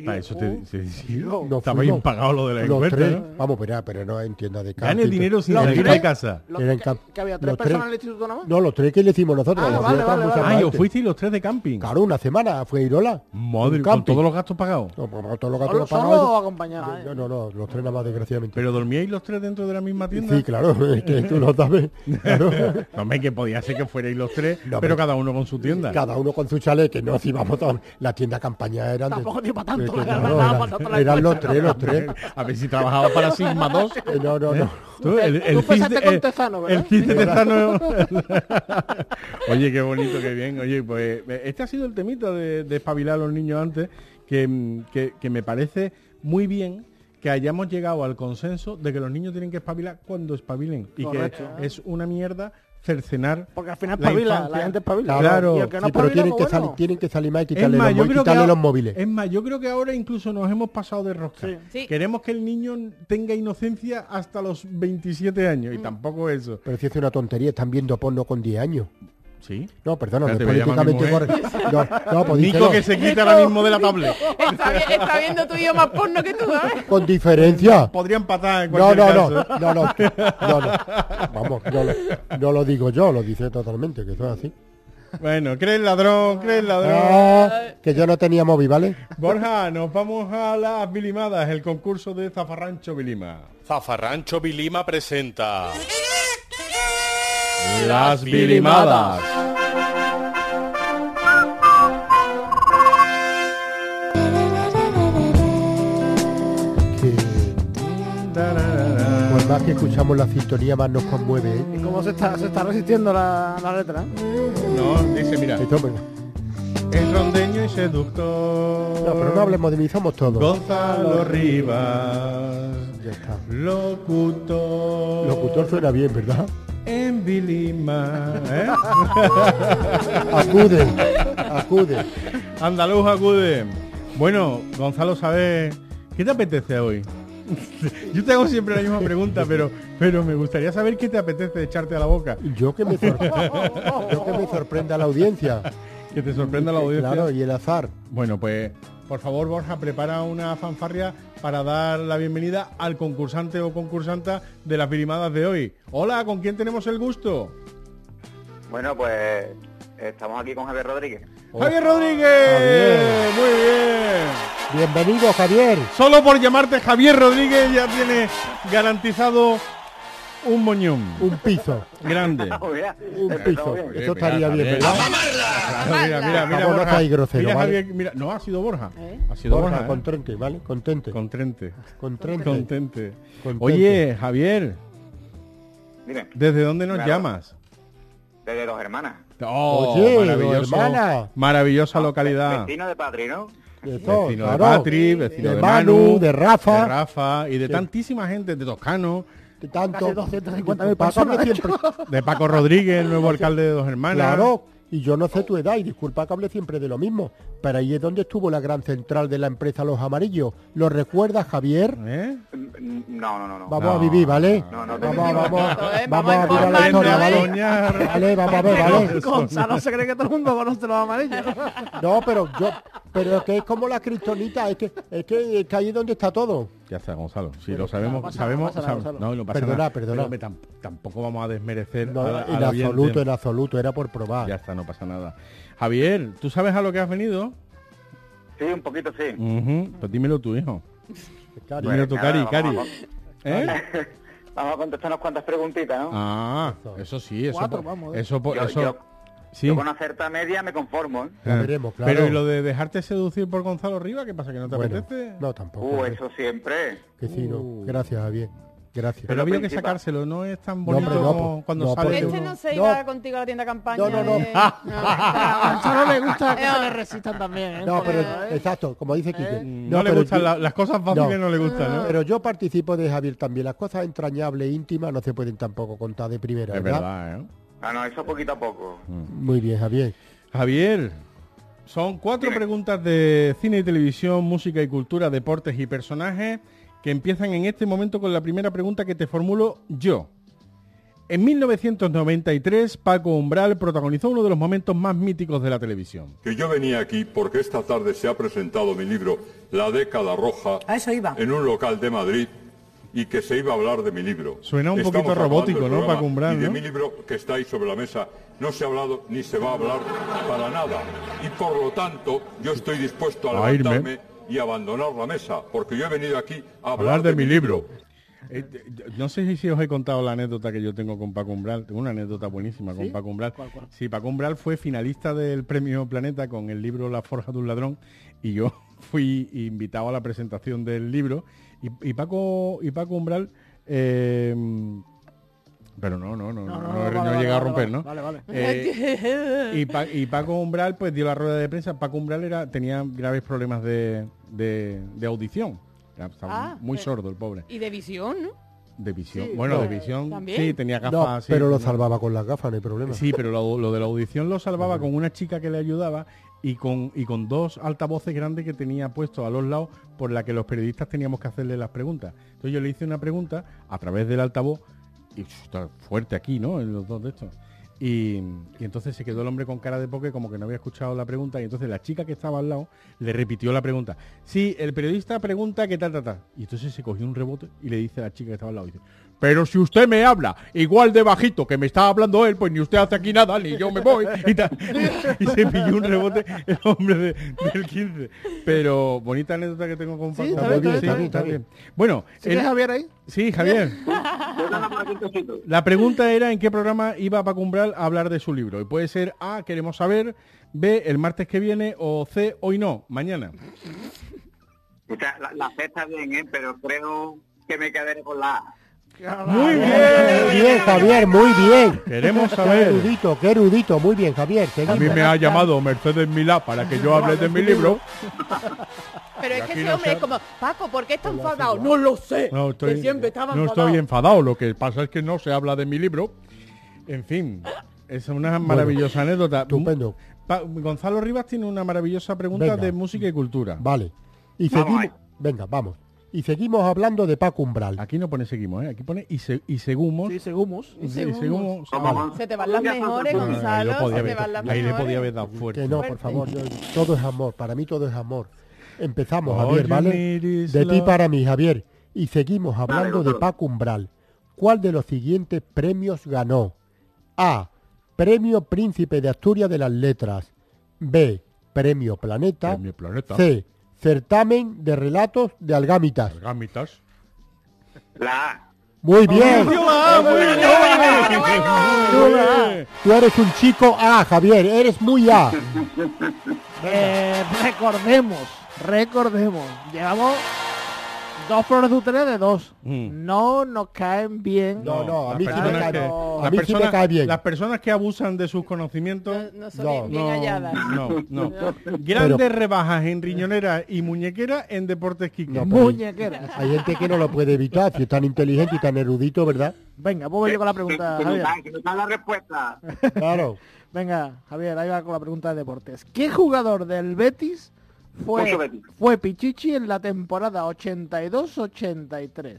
S2: Ah, eso te, sí, sí.
S3: Nos
S2: Estaba
S3: fuimos
S2: bien pagado lo de la
S3: Los
S2: encuesta,
S3: tres,
S2: ¿no?
S3: vamos, pero, pero no en tienda de camping.
S2: Gane dinero sin
S6: Los
S2: salir
S6: tres.
S2: de casa.
S6: Lo-
S3: Era en
S6: que,
S3: camp-
S6: que había
S3: los
S6: tres
S3: tres.
S6: personas en el instituto nada más.
S3: No, los tres que le hicimos nosotros.
S6: Ah,
S3: los
S6: vale,
S3: de otras
S6: vale,
S3: muchas
S2: Ah, yo
S3: antes.
S2: fuiste los tres de camping.
S3: Claro, una semana a Fuegirola.
S2: Madre, con
S3: Un camping.
S2: todos los gastos pagados.
S3: No, pues, todos los
S6: Solo,
S3: gatos
S6: solo eh.
S3: pagados.
S6: acompañado.
S3: No, no, no, los tres nada más, desgraciadamente.
S2: ¿Pero dormíais los tres dentro de la misma tienda?
S3: Sí, claro, es que tú lo sabes. Claro.
S2: No, hombre, que podía ser que fuerais los tres,
S3: No,
S2: pero
S3: hombre.
S2: cada uno con su tienda.
S3: Cada uno con su chalet, que no, si vamos a la tienda campaña eran de-
S6: Tampoco dio pa'
S3: de-
S6: tanto,
S3: que
S6: la
S3: no,
S6: verdad,
S3: eran-
S6: pa' tanto la
S3: eran los
S6: encuesta,
S3: tres, los tres.
S2: A ver si trabajaba para Sigma 2.
S3: Eh, No, no, no.
S2: Tú, el, el
S6: Tú
S2: CIS
S6: empezaste
S2: de-
S6: con
S2: el-
S6: Tezano, ¿verdad?
S2: el CIS de Tezano. Oye, qué bonito, qué bien. Oye, pues este ha sido el temita de, de espabilar a los niños antes, que, mm, que- que me parece muy bien que hayamos llegado al consenso de que los niños tienen que espabilar cuando espabilen. Y
S6: Correcto.
S2: que es una mierda cercenar.
S6: Porque al final
S2: La
S6: espabila, la,
S2: infancia.
S6: gente espabila.
S2: Claro.
S6: Y el que no
S3: Sí, pero
S6: espabila,
S3: tienen que,
S6: pues
S3: salir,
S6: bueno.
S3: tienen que salir más y quitarle, los, móviles,
S2: que
S3: quitarle
S2: ahora-
S3: los móviles.
S2: es más, yo creo que ahora incluso nos hemos pasado de rosca.
S6: Sí.
S5: Sí.
S2: Queremos que el niño tenga inocencia hasta los 27 años y tampoco eso.
S3: Pero si es una tontería, están viendo porno con 10 años.
S2: Sí.
S3: No, perdona, no
S2: Espérate,
S3: es
S2: voy a llamar a mi
S3: políticamente correcto. No, no, pues
S2: Nico
S3: díselo.
S2: que se quita ahora mismo de la tablet.
S5: Está, vi- está viendo tu idioma porno que tú, ¿eh? ¿sabes?
S3: Con diferencia.
S2: Podría empatar en
S3: No,
S2: cualquier
S3: no, no,
S2: caso.
S3: no, no, no, no. Vamos, no, lo- no lo digo yo, lo dice totalmente, que eso es así.
S2: Bueno, crees ladrón, crees ladrón.
S3: Ah, que yo no tenía móvil, ¿vale?
S2: Borja, nos vamos a las bilimadas, el concurso de Zafarrancho Bilima.
S1: Zafarrancho Vilima presenta.
S2: Las
S1: bilimadas.
S3: Que pues más que escuchamos la sintonía, más nos conmueve, ¿eh?
S6: ¿Y cómo se está, se está resistiendo la, la letra? ¿eh?
S2: No, dice, mira,
S3: Esto, pues,
S2: es rondeño y seductor.
S3: no, pero no hablemos de mí, somos todos.
S2: Gonzalo Rivas,
S3: Ya está.
S2: locutor.
S3: Locutor suena bien, ¿verdad?
S2: En Vilima, ¿eh?
S3: Acude, acude.
S2: Andaluz acude. Bueno, Gonzalo, ¿sabes qué te apetece hoy? Yo te hago siempre la misma pregunta, pero, pero me gustaría saber qué te apetece echarte a la boca.
S3: Yo que me, sorpre- yo que me sorprenda a la audiencia.
S2: Que te sorprenda la audiencia.
S3: Claro, y el azar.
S2: Bueno, pues por favor, Borja, prepara una fanfarria para dar la bienvenida al concursante o concursanta de las virimadas de hoy. Hola, ¿con quién tenemos el gusto?
S7: Bueno, pues estamos aquí con Javier Rodríguez.
S2: Javier Rodríguez.
S3: Javier.
S2: Muy bien.
S3: Bienvenido, Javier.
S2: Solo por llamarte Javier Rodríguez ya tiene garantizado un moñón.
S3: Un piso.
S2: Grande.
S7: Muy bien.
S3: Un
S7: Empezamos
S3: piso.
S7: bien.
S3: Eso estaría bien,
S2: Javier.
S3: ¿verdad?
S2: Claro, mira, mira, mira,
S3: Por favor, no
S2: Borja.
S3: seas grosero,
S2: Mira,
S3: ¿vale?
S2: Javier, mira, no ha sido Borja.
S5: ¿Eh?
S2: Ha sido Borja.
S3: Borja,
S2: ¿eh?
S3: contente, ¿vale? Contente.
S2: Contente.
S3: Contente.
S2: Contente.
S3: Contente.
S2: Oye, Javier,
S7: Dime,
S2: ¿desde dónde nos
S7: Claro.
S2: llamas?
S7: desde los hermanas.
S2: Oh,
S3: Oye,
S2: maravilloso,
S3: hermana.
S2: maravillosa localidad.
S7: Vecino de Patri, ¿no?
S3: Eso,
S2: Vecino de
S3: claro.
S2: Patri, vecino
S3: de
S2: de
S3: Manu, de Rafa.
S2: de Rafa y de tantísima gente, de Toscano,
S3: De tanto.
S6: Casi 250.000
S3: De Paco
S6: personas.
S3: que siempre-
S2: de Paco Rodríguez, el nuevo alcalde de Dos Hermanas.
S3: Claro. Y yo no sé tu edad, y disculpa que hable siempre de lo mismo, pero ahí es donde estuvo la gran central de la empresa Los Amarillos. ¿Lo recuerdas, Javier?
S2: ¿Eh?
S7: Mm, No, no, no, no.
S3: Vamos
S2: No,
S3: a vivir, ¿vale?
S7: no, no te
S3: vamos,
S7: digo.
S3: vamos,
S5: Eh,
S3: vamos a
S5: vamos
S3: vivir la
S5: informando,
S3: historia,
S5: ¿eh?
S3: ¿vale?
S2: Soñar.
S3: Vale, vamos a ver,
S2: Pero
S3: Ah, ¿vale?
S6: Gonzalo se cree que todo el mundo conoce los amarillos.
S3: No, pero yo, pero es que es como la cristonita, es que, es que, es que ahí es donde está todo.
S2: Ya está, Gonzalo. Si lo sabemos,
S6: pasa nada,
S2: sabemos,
S6: pasa nada,
S2: sab-
S6: Gonzalo.
S2: No, no pasa
S3: Perdona,
S2: nada.
S3: perdona.
S2: Pero, hombre, tam- tampoco vamos a desmerecer.
S3: No,
S2: a la-
S3: en
S2: al oyente.
S3: absoluto, en absoluto, era por probar.
S2: Ya está, no pasa nada. Javier, ¿tú sabes a lo que has venido?
S7: Sí, un poquito sí.
S2: Ujú, Pues dímelo tú, hijo.
S3: Cari,
S2: Dímelo tú,
S7: nada,
S2: Cari, Cari.
S7: vamos
S2: ¿Eh?
S7: Vamos a contestar unas cuantas preguntitas, ¿no?
S2: Ah, eso sí, eso.
S6: Cuatro,
S2: por-
S6: vamos, eh.
S2: eso, por-
S7: Yo-
S2: eso-
S7: yo-
S2: sí.
S7: Yo con una cierta media me conformo, ¿eh?
S3: Ya
S2: Eh,
S3: veremos, claro.
S2: Pero ¿y lo de dejarte seducir por Gonzalo Riva? ¿Qué pasa? ¿Que no te
S3: Bueno,
S2: apetece?
S3: no, tampoco.
S7: Uh,
S3: eh,
S7: eso siempre.
S3: Que sí, no.
S2: Uh.
S3: Gracias, Javier. Gracias.
S2: Pero
S7: Pero
S2: había que
S7: principal.
S2: sacárselo, no es tan
S3: No,
S2: bonito
S3: hombre, no,
S2: como
S3: po-
S2: cuando
S3: no,
S2: sale. Mm,
S3: porque-
S5: Este
S2: uno.
S5: no se iba
S3: No.
S5: contigo a la tienda campaña.
S3: No, no, no.
S5: de-
S3: Ah,
S5: No,
S6: A Gonzalo le gusta que
S5: Eh,
S6: se le resistan también. ¿eh?
S3: no, pero
S6: Porque, ¿eh?
S3: exacto, como dice Quique.
S2: Mm, No, le
S3: pero
S2: gustan
S3: yo- Ah.
S2: la- las cosas fáciles, no, le gustan, ¿no?
S3: Pero yo participo de Javier también. Las cosas entrañables e íntimas no se pueden tampoco contar de primera,
S2: es
S3: ¿verdad?
S2: verdad, ¿eh?
S7: No, Ah, no, eso poquito a poco.
S3: Muy bien, Javier.
S2: Javier, son cuatro preguntas de cine y televisión, música y cultura, deportes y personajes que empiezan en este momento con la primera pregunta que te formulo yo. En 1993, Paco Umbral protagonizó uno de los momentos más míticos de la televisión.
S8: que yo venía aquí porque esta tarde se ha presentado mi libro La década roja
S9: A eso iba.
S8: en un local de Madrid y que se iba a hablar de mi libro.
S2: Suena un poquito
S8: acabando
S2: robótico,
S8: el
S2: ¿no?
S8: programa
S2: Paco Umbral,
S8: y de
S2: ¿no?
S8: mi libro que está ahí sobre la mesa no se ha hablado ni se va a hablar para nada y por lo tanto yo estoy dispuesto a,
S2: A irme.
S8: levantarme y abandonar la mesa porque yo he venido aquí a hablar,
S2: Hablar de mi
S8: libro.
S2: libro. Eh, eh, no sé si os he contado la anécdota que yo tengo con Paco Umbral. Tengo una anécdota buenísima con Paco Umbral. Sí, Paco Umbral fue finalista del Premio Planeta con el libro La Forja de un Ladrón y yo fui invitado a la presentación del libro y, y Paco y Paco Umbral eh, pero no, no, no, no, no, no,
S6: no, no,
S2: he-
S6: vale,
S2: no he
S6: vale,
S2: llegado a
S6: vale,
S2: romper, ¿no?
S6: vale, vale.
S2: Eh, y, Pa- y Paco Umbral pues dio la rueda de prensa. Paco Umbral era, tenía graves problemas de, de- de audición. Era- estaba
S5: Ah,
S2: muy
S6: pues.
S5: eh.
S2: sordo el pobre.
S5: Y de visión, ¿no?
S2: De visión. bueno, de visión.
S5: también.
S2: Sí, tenía gafas.
S3: No,
S2: sí,
S3: pero lo
S2: tenía-
S3: salvaba con las gafas, no hay problema.
S2: Sí, pero lo, lo de la audición lo salvaba con una chica que le ayudaba y con, y con dos altavoces grandes que tenía puestos a los lados por la que los periodistas teníamos que hacerle las preguntas. Entonces yo le hice una pregunta a través del altavoz y uf, está fuerte aquí, ¿no? En los dos de estos. Y, y entonces se quedó el hombre con cara de poke como que no había escuchado la pregunta y entonces la chica que estaba al lado le repitió la pregunta. Sí, el periodista pregunta que tal, tal, tal. Y entonces se cogió un rebote y le dice a la chica que estaba al lado, dice, pero si usted me habla igual de bajito que me está hablando él, pues ni usted hace aquí nada, ni yo me voy. Y, tal. y se pilló un rebote el hombre de- del 15. Pero bonita anécdota que tengo con Paco.
S6: Sí, está bien,
S2: Sí,
S6: está bien,
S3: está bien.
S2: Bueno,
S6: ¿Sí
S2: el-
S6: que es Javier ahí?
S2: sí, Javier.
S7: Yo tengo por aquí un trocito.
S2: La pregunta era en qué programa iba Paco Umbral a hablar de su libro. Y puede ser A, queremos saber, B, el martes que viene, o C, hoy no, mañana.
S7: O sea, la, la C está bien, ¿eh? Pero creo que me quedaré con la A.
S2: Muy
S3: Muy bien, Javier, muy bien.
S2: Queremos
S3: Qué
S2: saber.
S3: erudito, qué erudito. Muy bien, Javier.
S2: A mí
S3: seguimos.
S2: me ha llamado Mercedes Milá para que yo hable de mi libro.
S5: Pero es
S2: aquí
S5: que ese
S2: no
S5: hombre
S2: se-
S5: es como, Paco, ¿por qué está enfadado? No lo sé.
S2: No estoy,
S5: que siempre estaba
S2: no
S5: enfadado.
S2: estoy enfadado, lo que pasa es que no se habla de mi libro. En fin, es una maravillosa anécdota.
S3: estupendo.
S2: Pa- Gonzalo Rivas tiene una maravillosa pregunta
S3: Venga.
S2: de música y cultura.
S3: Vale. Y
S7: Vamos
S3: seguimos.
S7: ahí.
S3: Venga, vamos. Y seguimos hablando de Paco Umbral.
S2: Aquí no pone seguimos, ¿eh? Aquí pone y, se, y segumos.
S6: Sí, seguimos.
S2: y se- y
S5: Segumos.
S2: segumos-
S7: Como
S2: Ah,
S7: Gonz-
S5: Se te van las mejores,
S7: Ah,
S2: lo
S7: ahí
S5: Gonzalo.
S2: podía
S5: se te
S2: haber-
S5: van las
S2: ahí le
S5: mejores.
S2: podía haber dado fuerte.
S3: Que no, por
S5: Fuerte.
S3: favor, yo- todo es amor, para mí todo es amor. Empezamos,
S2: All
S3: Javier,
S2: you
S3: ¿vale?
S2: need is
S3: De ti
S2: love.
S3: para mí, Javier. Y seguimos hablando de
S7: Gonzalo.
S3: Paco Umbral. ¿Cuál de los siguientes premios ganó? A. Premio Príncipe de Asturias de las Letras. B. Premio Planeta.
S2: Premio Planeta.
S3: C. Certamen de Relatos de Algámitas.
S2: Gamitas.
S7: La A.
S3: Muy bien. Tú, tú eres un chico A, Javier. Eres muy A.
S6: Eh, recordemos, recordemos, llevamos dos flores de ustedes de dos.
S2: Mm.
S6: No nos caen bien.
S3: No, no, a
S2: las
S3: mí sí me
S2: personas
S3: cae-
S2: que-
S3: no,
S2: las
S3: a mí sí me
S2: personas-
S3: cae bien.
S2: Las personas que abusan de sus conocimientos.
S5: No, no son
S3: No,
S5: bien- bien halladas.
S2: no, no. Grandes rebajas en riñonera y muñequera en Deportes Quique.
S3: No, pues, pero-
S6: Muñequeras.
S3: Hay gente que no lo puede evitar, si es tan inteligente y tan erudito, ¿verdad?
S6: Venga, voy Pues yo con la pregunta,
S7: Que- que- que
S6: Javier.
S7: nos da- que nos da la respuesta.
S3: Claro.
S6: Venga, Javier, ahí va con la pregunta de deportes. ¿Qué jugador del Betis
S7: Mucho
S6: fue,
S7: Betis.
S6: fue Pichichi en la temporada 82-83?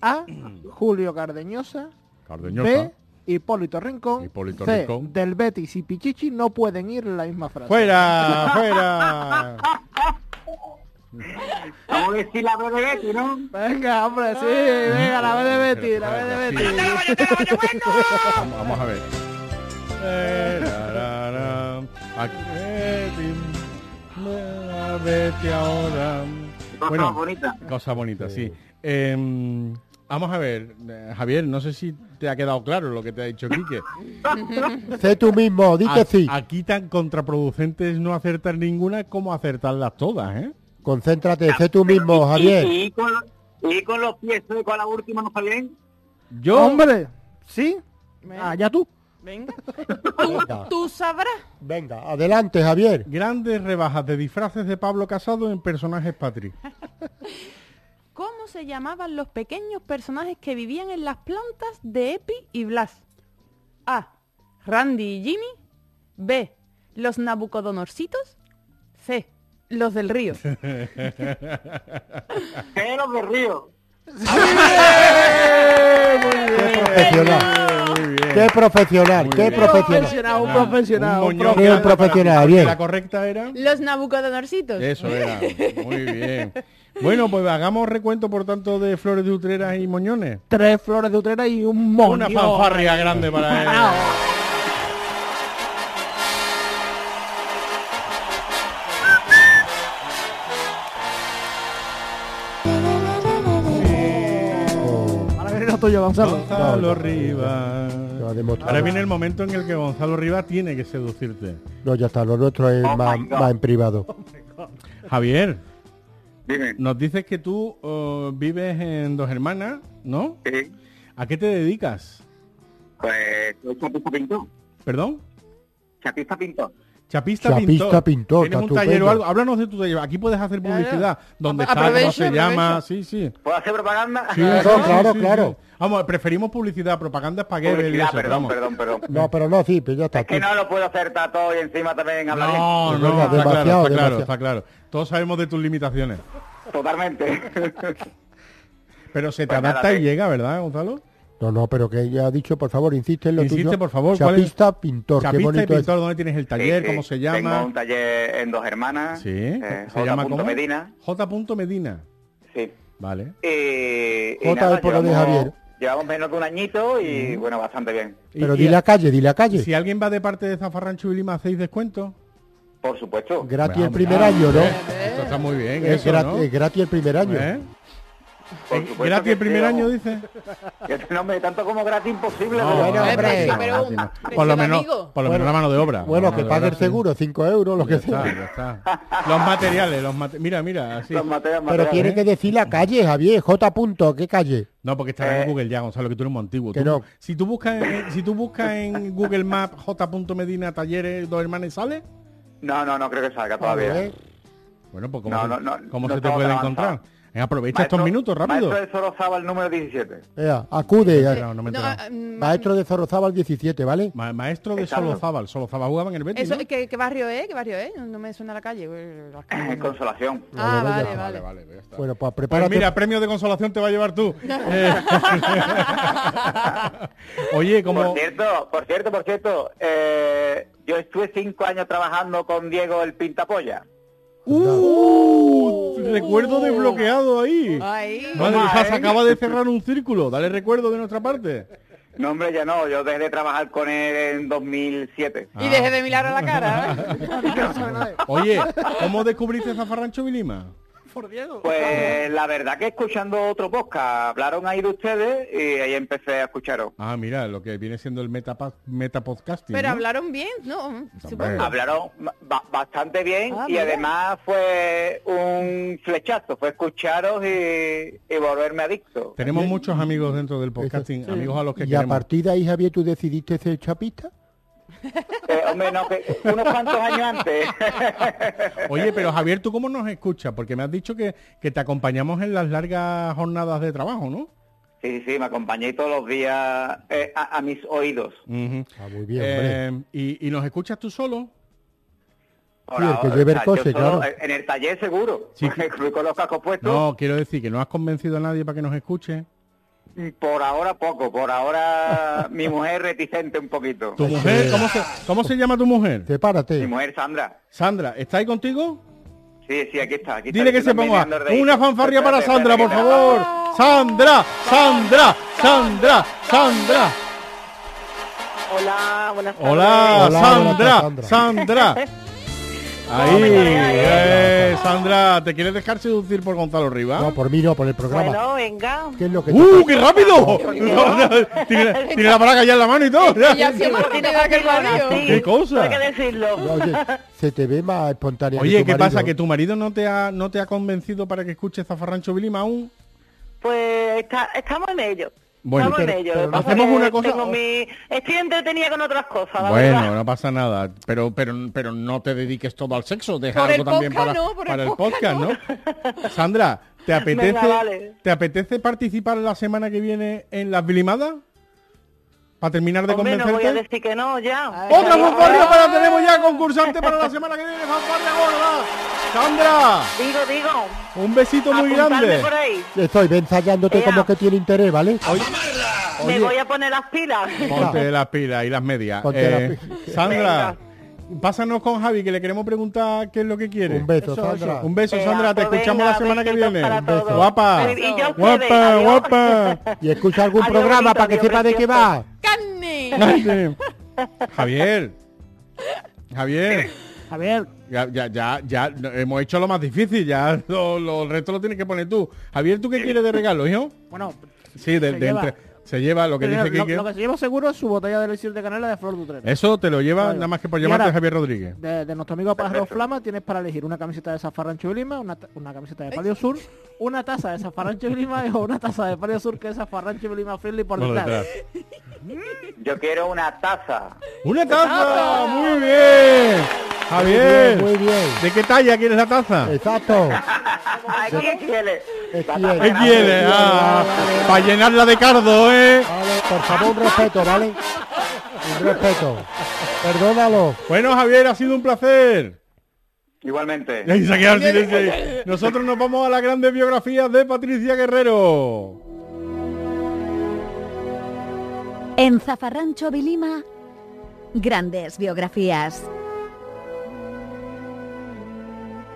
S6: A.
S7: Mm.
S6: Julio Cardeñosa.
S2: Cardeñosa.
S6: B. Hipólito Rincón.
S2: Hipólito
S6: C.
S2: Rincón.
S6: Del Betis y Pichichi no pueden ir en la misma frase.
S2: Fuera, fuera.
S7: Vamos a decir la B de Betty, ¿no?
S6: Venga, hombre, sí, venga, la B de Betis, la B de
S2: Sí.
S6: Betis.
S2: Vamos, vamos a ver. Eh, la, la, la. Aquí, eh, tim, la, vete ahora.
S7: Cosa bonita.
S2: Cosa bonita, sí. Em, vamos a ver, eh, Javier, no sé si te ha quedado claro lo que te ha dicho Quique.
S3: Sé tú mismo, di que
S2: A-
S3: sí.
S2: Aquí tan contraproducente es no acertar ninguna como acertarlas todas, ¿eh?
S3: Concéntrate, sé tú mismo,
S7: Y,
S3: Javier.
S7: y con, lo- y con los pies y con la última no salió bien.
S2: Yo,
S6: Hombre, ¿sí?
S5: Venga.
S6: Ah, ya tú.
S5: Venga.
S3: Venga.
S5: Tú, tú sabrás.
S3: Venga, adelante, Javier.
S2: grandes rebajas de disfraces de Pablo Casado en personajes Patrick.
S5: ¿Cómo se llamaban los pequeños personajes que vivían en las plantas de Epi y Blas? A. Randy y Jimmy. B. Los Nabucodonorcitos. C. Los del río.
S7: Pero de Río.
S3: Qué profesional. Qué profesional,
S2: Muy
S3: qué
S2: bien.
S6: Un
S3: profesional.
S6: profesional, un profesional. un
S2: moñón
S6: profe-
S2: que
S3: Bien,
S2: anda para-
S3: profesional,
S2: porque
S3: bien.
S2: La correcta era...
S5: Los Nabucodonorcitos.
S2: Eso era. Muy bien. Bueno, pues hagamos recuento, por tanto, de Flores de Utreras y Moñones.
S6: Tres flores de utrera y un moñón.
S2: Una fanfarria grande para él.
S6: Ahora viene lo tuyo, Gonzalo.
S2: Gonzalo
S3: No, no,
S2: Rivas.
S3: no, ha demostrado.
S2: Ahora viene el momento en el que Gonzalo Rivas tiene que seducirte.
S3: No, ya está, lo nuestro es
S7: Oh
S3: más,
S7: my God.
S3: más en privado.
S2: Javier,
S7: Dime.
S2: nos dices que tú eh, vives en Dos Hermanas, ¿no?
S7: Sí.
S2: ¿A qué te dedicas?
S7: Pues soy chapista pintor.
S2: ¿Perdón?
S7: Chapista pintor.
S2: Chapista,
S3: Chapista
S2: pintor.
S3: pintor,
S2: Tienes un
S3: está
S2: taller o
S3: estupendo.
S2: algo. Háblanos de tu taller. Aquí puedes hacer
S5: Ya, ya.
S2: publicidad. ¿Dónde
S5: Apro-
S2: está? ¿Cómo se
S5: aprovecho,
S2: llama?
S5: aprovecho.
S2: Sí, sí.
S7: ¿Puedo hacer propaganda?
S2: Sí,
S3: Claro,
S2: sí, sí,
S3: claro,
S2: sí,
S3: claro.
S2: sí. Vamos, preferimos publicidad, propaganda es para Goebbels y
S7: Publicidad,
S2: eso, pero
S7: perdón,
S2: vamos.
S7: perdón, perdón,
S3: No, pero no, sí, pero ya está.
S7: Es que no lo puedo hacer está todo y encima también hablar bien.
S2: No,
S3: Es
S2: no,
S3: verdad,
S2: está claro,
S3: demasiado,
S2: está claro,
S3: demasiado.
S2: está claro. Todos sabemos de tus limitaciones.
S7: Totalmente.
S2: Pero se te
S7: Pues nada,
S2: adapta y
S7: sí.
S2: llega, ¿verdad, Gonzalo?
S3: No, no, pero que ya ha dicho, por favor, insiste en lo
S2: Insiste,
S3: tuyo.
S2: por favor, ¿cuál es?
S3: Chapista, pintor,
S2: Chapista
S3: qué
S2: y
S3: bonito es.
S2: pintor, ¿dónde tienes el taller?
S7: Sí,
S2: ¿Cómo
S7: sí.
S2: se
S7: Tengo un
S2: llama?
S7: taller en Dos Hermanas.
S2: Sí,
S7: eh,
S2: se
S7: J.
S2: llama ¿cómo?
S7: Medina.
S2: J. Medina.
S7: Sí.
S2: Vale.
S7: Y, y
S3: J
S7: nada,
S3: es por lo de
S7: llevamos-
S3: Javier.
S7: Llevamos menos de un añito
S2: Mm.
S7: y bueno, bastante bien.
S3: Pero
S2: Y-
S3: di
S2: y-
S3: la calle, di la calle.
S2: Si alguien va de parte de Zafarrancho y Lima, ¿hacéis descuento?
S7: Por supuesto.
S3: Gratis
S2: Vamos,
S3: el primer
S2: ya,
S3: año, ¿no?
S2: eh, Esto está muy bien,
S3: Es
S2: eso,
S3: grat-
S2: ¿no?
S3: es gratis el primer año.
S2: ¿Eh?
S7: por
S2: Eh,
S7: supuesto
S2: ¿Gratis
S7: que
S2: el primer
S7: sí,
S2: año,
S7: vamos.
S2: dice?
S7: No, hombre, tanto como gratis imposible.
S2: No,
S7: pero-
S2: no,
S5: Eh, pero-
S2: hombre,
S5: pero
S2: gratis
S5: un
S2: no.
S5: precio
S2: por lo
S5: de
S2: menos,
S5: amigo.
S2: por lo menos la mano de obra.
S3: Bueno,
S2: La
S3: que
S2: mano de
S3: pague el
S2: obra, sí.
S3: seguro, 5 euros, lo
S2: Ya
S3: que
S2: está,
S3: sea.
S2: ya está. Los materiales, los mate- Mira, mira, así.
S7: Los materiales,
S3: Pero
S7: materiales.
S3: tiene
S2: ¿eh?
S3: que decir la calle, Javier, J. Punto, ¿qué calle?
S2: No, porque estará en
S7: Eh,
S2: Google ya, Gonzalo, que tú eres muy antiguo.
S3: que
S2: Tú-
S3: no.
S2: Si tú buscas en, si tú buscas en Google Maps J. Medina Talleres Dos Hermanas sale,
S7: No, no, no creo que salga todavía.
S3: ¿Eh?
S2: bueno, pues cómo
S7: No,
S2: se,
S7: no, no,
S2: cómo
S7: no
S2: se te
S7: estamos
S2: puede
S7: avanzados.
S2: encontrar. Venga, Aprovecha estos minutos, rápido.
S7: Maestro de Sorozábal número 17.
S3: Ea, acude. a-
S2: No, no me he
S5: No,
S2: enterado.
S5: ah, mm,
S3: Maestro de Zorrozábal 17, ¿vale?
S2: Ma- maestro de
S7: Exacto.
S2: Solozábal. Solozábal jugaba en el Betis,
S5: Eso,
S2: ¿no?
S5: ¿qué, qué barrio es? ¿Qué barrio es? No me suena la calle. eh, las calles, no.
S7: Consolación.
S5: Ah,
S3: Vale,
S5: vale,
S3: vale,
S5: vale.
S2: ya está.
S3: Bueno, pues
S2: Pues
S3: prepárate.
S2: mira, premio de consolación te va a llevar tú. Eh, Oye, como...
S7: Por cierto, por cierto, por cierto, eh, yo estuve cinco años trabajando con Diego el Pintapolla.
S2: ¡Uh! recuerdo desbloqueado ahí.
S5: Ahí.
S2: Madre
S7: Toma,
S2: hija, se
S7: ¿eh?
S2: acaba de cerrar un círculo. Dale recuerdo de nuestra parte.
S7: No, hombre, ya no, yo dejé de trabajar con él en 2007.
S2: Ah.
S5: Y dejé de mirar a la cara. ¿eh?
S2: Oye, ¿cómo descubriste Zafarrancho Vilima?
S6: Por Diego.
S7: Pues la verdad que escuchando otro podcast, hablaron ahí de ustedes y ahí empecé a escucharos.
S2: Ah, mira, lo que viene siendo el metapa- metapodcasting.
S5: Pero
S2: ¿no?
S5: hablaron bien, ¿no? Supongo.
S7: Hablaron ba- bastante bien
S5: Ah,
S7: y
S5: mira.
S7: además fue un flechazo, fue escucharos y, y volverme adicto.
S2: Tenemos muchos amigos dentro del podcasting, amigos a los que
S3: y a
S2: queremos.
S3: partir de ahí, Javier, tú decidiste ser chapista.
S7: Eh, hombre, no, que unos cuantos años antes.
S2: Oye, pero Javier, ¿tú cómo nos escuchas? Porque me has dicho que, que te acompañamos en las largas jornadas de trabajo, ¿no?
S7: Sí, sí, sí, me acompañé todos los días eh, a, a mis oídos.
S2: Ujú.
S3: Ah, muy bien, hombre.
S2: Eh, y, y nos escuchas tú solo?
S7: Ahora,
S3: el que lleve el
S7: o sea, yo
S3: coche,
S7: solo-
S3: claro.
S7: En el taller seguro,
S2: Sí.
S7: Fui con los cascos puestos.
S2: No, quiero decir que no has convencido a nadie para que nos escuche.
S7: Mm, Por ahora poco, por ahora mi mujer reticente un poquito.
S2: ¿Tu mujer? ¿Eh? ¿Cómo se, cómo se llama tu mujer?
S7: Mi
S3: Prepárate.
S7: mujer Sandra.
S2: Sandra, ¿está ahí contigo?
S7: Sí, sí, aquí está. Aquí está,
S2: Dile
S7: yo
S2: que se
S7: también
S2: ponga
S7: ando reído.
S2: una fanfarria para
S7: Espérate,
S2: Sandra, por
S7: espérate,
S2: favor. Sandra, Sandra, Sandra, Sandra.
S6: Hola, buenas tardes.
S2: Hola,
S3: Hola,
S2: Sandra,
S3: Sandra.
S2: Sandra. Ahí, eh, Sandra, ¿te quieres dejar seducir por Gonzalo Rivas?
S3: No, por mí no, por el programa.
S9: Bueno, venga.
S3: ¿Qué es lo que te
S2: ¡Uh,
S3: pasa?
S2: qué rápido! No, no, tiene, tiene la braga ya en la mano y todo.
S5: Y ha sido más rápida que el barrio.
S9: Sí,
S2: ¿Qué cosa?
S9: Hay que decirlo.
S3: Ya, Oye, se te ve más espontánea. que
S2: Oye,
S3: tu
S2: ¿qué
S3: marido.
S2: pasa? ¿Que tu marido no te ha, no te ha convencido para que escuche Zafarrancho Vilima aún?
S9: Pues está- estamos en ello.
S2: Bueno,
S9: estamos
S2: pero-
S9: en ello.
S2: pero
S9: Lo que pasa
S2: hacemos
S9: es que
S2: una cosa-
S9: tengo mi- Estoy entretenida con otras cosas, la
S2: Bueno,
S9: verdad.
S2: no pasa nada, pero, pero, pero no te dediques todo al sexo, deja
S5: Por el
S2: algo también
S5: podcast
S2: para,
S5: no, por el
S2: para el podcast,
S5: podcast
S2: ¿no? Sandra, ¿te apetece,
S9: vale.
S2: ¿te apetece participar la semana que viene en las Vilimadas? ¿Para terminar de
S9: Hombre, no voy
S2: convencerte?
S9: a decir que no, ya.
S2: ¡Otra fanfarria para tenemos ya concursante para la semana que viene! ¡Fanfarria gorda! ¡Sandra!
S9: Digo, digo.
S2: Un besito muy
S9: apuntarme
S2: grande.
S9: por ahí.
S3: Estoy ensayándote
S9: Ea.
S3: como que tiene interés, ¿vale?
S9: Me
S2: Oye.
S9: voy a poner las pilas.
S2: Ponte las pilas y las medias.
S3: Ponte las
S2: Eh,
S3: pilas.
S2: Sandra, pásanos con Javi que le queremos preguntar qué es lo que quiere.
S3: Un beso,
S6: Eso,
S3: Sandra.
S2: Un beso,
S9: Venga,
S2: Sandra. Te
S9: pues
S2: escuchamos
S9: venga,
S2: la semana que
S9: besitos
S2: viene.
S9: para
S2: Un beso.
S9: todos.
S2: Guapa.
S9: Y yo a ustedes,
S2: Guapa,
S9: adiós.
S2: guapa.
S3: Y escucha algún
S9: Adiós,
S3: programa
S9: bonito,
S3: para que
S9: adiós,
S3: sepa de qué
S9: precioso.
S3: va.
S5: ¡Carne!
S2: Javier. Javier.
S6: Javier,
S2: Ya, ya, ya, ya no, hemos hecho lo más difícil. Ya lo, lo resto lo tienes que poner tú. Javier, ¿tú qué quieres de regalo, hijo?
S6: bueno,
S2: Sí, de,
S6: Se
S2: de
S6: lleva.
S2: entre- se lleva lo que
S6: pero
S2: dice
S6: lo,
S2: Quique.
S6: lo que se lleva seguro es su botella de elixir de canela de Flor Dutrera.
S2: Eso te lo lleva
S6: Claro.
S2: nada más que por
S6: Y
S2: llamarte
S6: ahora-
S2: Javier Rodríguez.
S6: De, de nuestro amigo Pájaro
S7: Perfecto.
S6: Flama tienes para elegir una camiseta de Zafarrancho y Lima, una, ta- una camiseta de Palio Sur, una taza de Zafarrancho y Lima o una taza de Palio Sur que es Zafarrancho y Lima Friendly por
S2: Por
S6: detrás.
S2: detrás.
S7: Yo quiero una taza.
S2: ¡Una taza! ¡Muy bien! Javier.
S3: Muy bien.
S2: ¿De qué talla quieres la taza?
S3: Exacto.
S7: Ay, ¿Qué quiere?
S3: Es
S7: La
S3: que-
S7: taza
S2: ¿Qué
S7: grande.
S2: quieres? Ah, para llenarla de cardo, ¿eh?
S3: Vale, por favor, un respeto, ¿vale? Un respeto. Perdónalo.
S2: Bueno, Javier, ha sido un placer.
S7: Igualmente.
S2: Y ahí se ha quedado el silencio ahí. Nosotros nos vamos a las grandes biografías de Patricia Guerrero.
S10: En Zafarrancho Vilima, grandes biografías.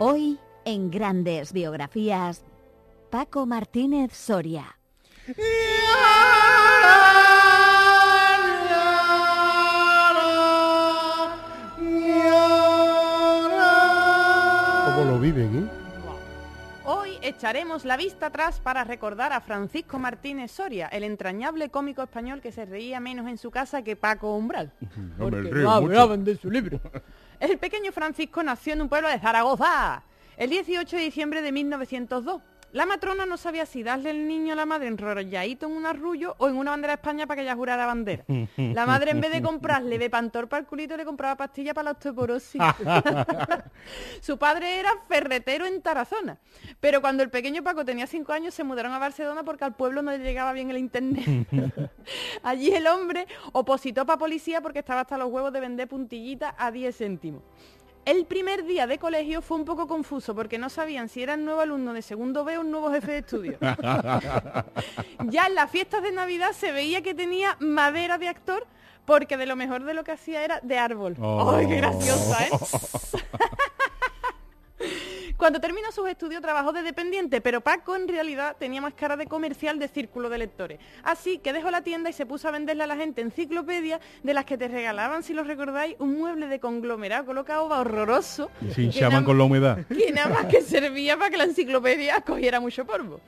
S10: Hoy, en grandes biografías, Paco Martínez Soria.
S3: ¿Cómo lo viven, eh?
S5: Hoy echaremos la vista atrás para recordar a Francisco Martínez Soria, el entrañable cómico español que se reía menos en su casa que Paco Umbral.
S2: No me
S5: Porque
S2: río
S5: no
S6: Ah,
S2: mucho.
S6: de su libro.
S5: El pequeño Francisco nació en un pueblo de Zaragoza el 18 de diciembre de 1902. La matrona no sabía si darle el niño a la madre enrolladito en un arrullo o en una bandera de España para que ella jurara bandera. La madre en vez de comprarle Bepantor para el culito le compraba pastilla para la osteoporosis. Su padre era ferretero en Tarazona. Pero cuando el pequeño Paco tenía cinco años se mudaron a Barcelona porque al pueblo no le llegaba bien el internet. Allí el hombre opositó para policía porque estaba hasta los huevos de vender puntillitas a 10 céntimos. El primer día de colegio fue un poco confuso porque no sabían si era el nuevo alumno de segundo B o un nuevo jefe de estudio. ya en las fiestas de Navidad se veía que tenía madera de actor porque de lo mejor de lo que hacía era de árbol.
S2: Oh.
S5: ¡Ay, qué graciosa, eh! Cuando terminó sus estudios trabajó de dependiente, pero Paco en realidad tenía más cara de comercial de círculo de lectores. Así que dejó la tienda y se puso a venderle a la gente enciclopedias de las que te regalaban, si lo recordáis, un mueble de conglomerado colocado
S2: Y
S5: horroroso.
S2: se
S5: que nada-
S2: hinchaban con la humedad.
S5: que nada más que servía para que la enciclopedia cogiera mucho polvo.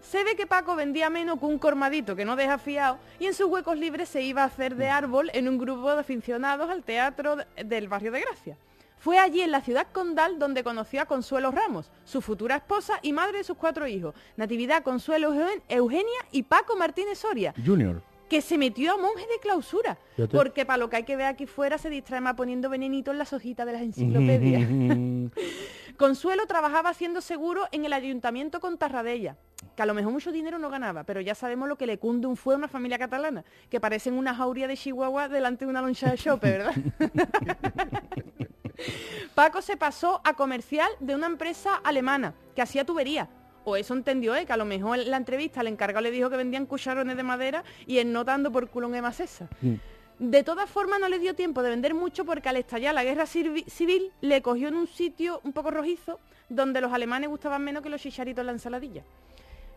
S5: Se ve que Paco vendía menos que un cormadito que no deja fiado y en sus huecos libres se iba a hacer de árbol en un grupo de aficionados al teatro de- del barrio de Gracia. Fue allí en la ciudad condal donde conoció a Consuelo Ramos, su futura esposa y madre de sus cuatro hijos, Natividad, Consuelo, Eugen- Eugenia y Paco Martínez Soria,
S2: Junior.
S5: que se metió a monje de clausura,
S2: Fíjate.
S5: porque para lo que hay que ver aquí fuera se distrae más poniendo venenito en las hojitas de las enciclopedias. Consuelo trabajaba haciendo seguro en el ayuntamiento con Tarradella, que a lo mejor mucho dinero no ganaba, pero ya sabemos lo que le cunde un fue a una familia catalana, que parecen una jauría de Chihuahua delante de una loncha de chope, ¿verdad? Paco se pasó a comercial de una empresa alemana que hacía tubería. O eso entendió, ¿eh? que a lo mejor en la entrevista el encargado le dijo que vendían cucharones de madera y él no dando por culo un emacesa. De todas formas no le dio tiempo de vender mucho porque al estallar la guerra sirvi- civil le cogió en un sitio un poco rojizo donde los alemanes gustaban menos que los chicharitos en la ensaladilla.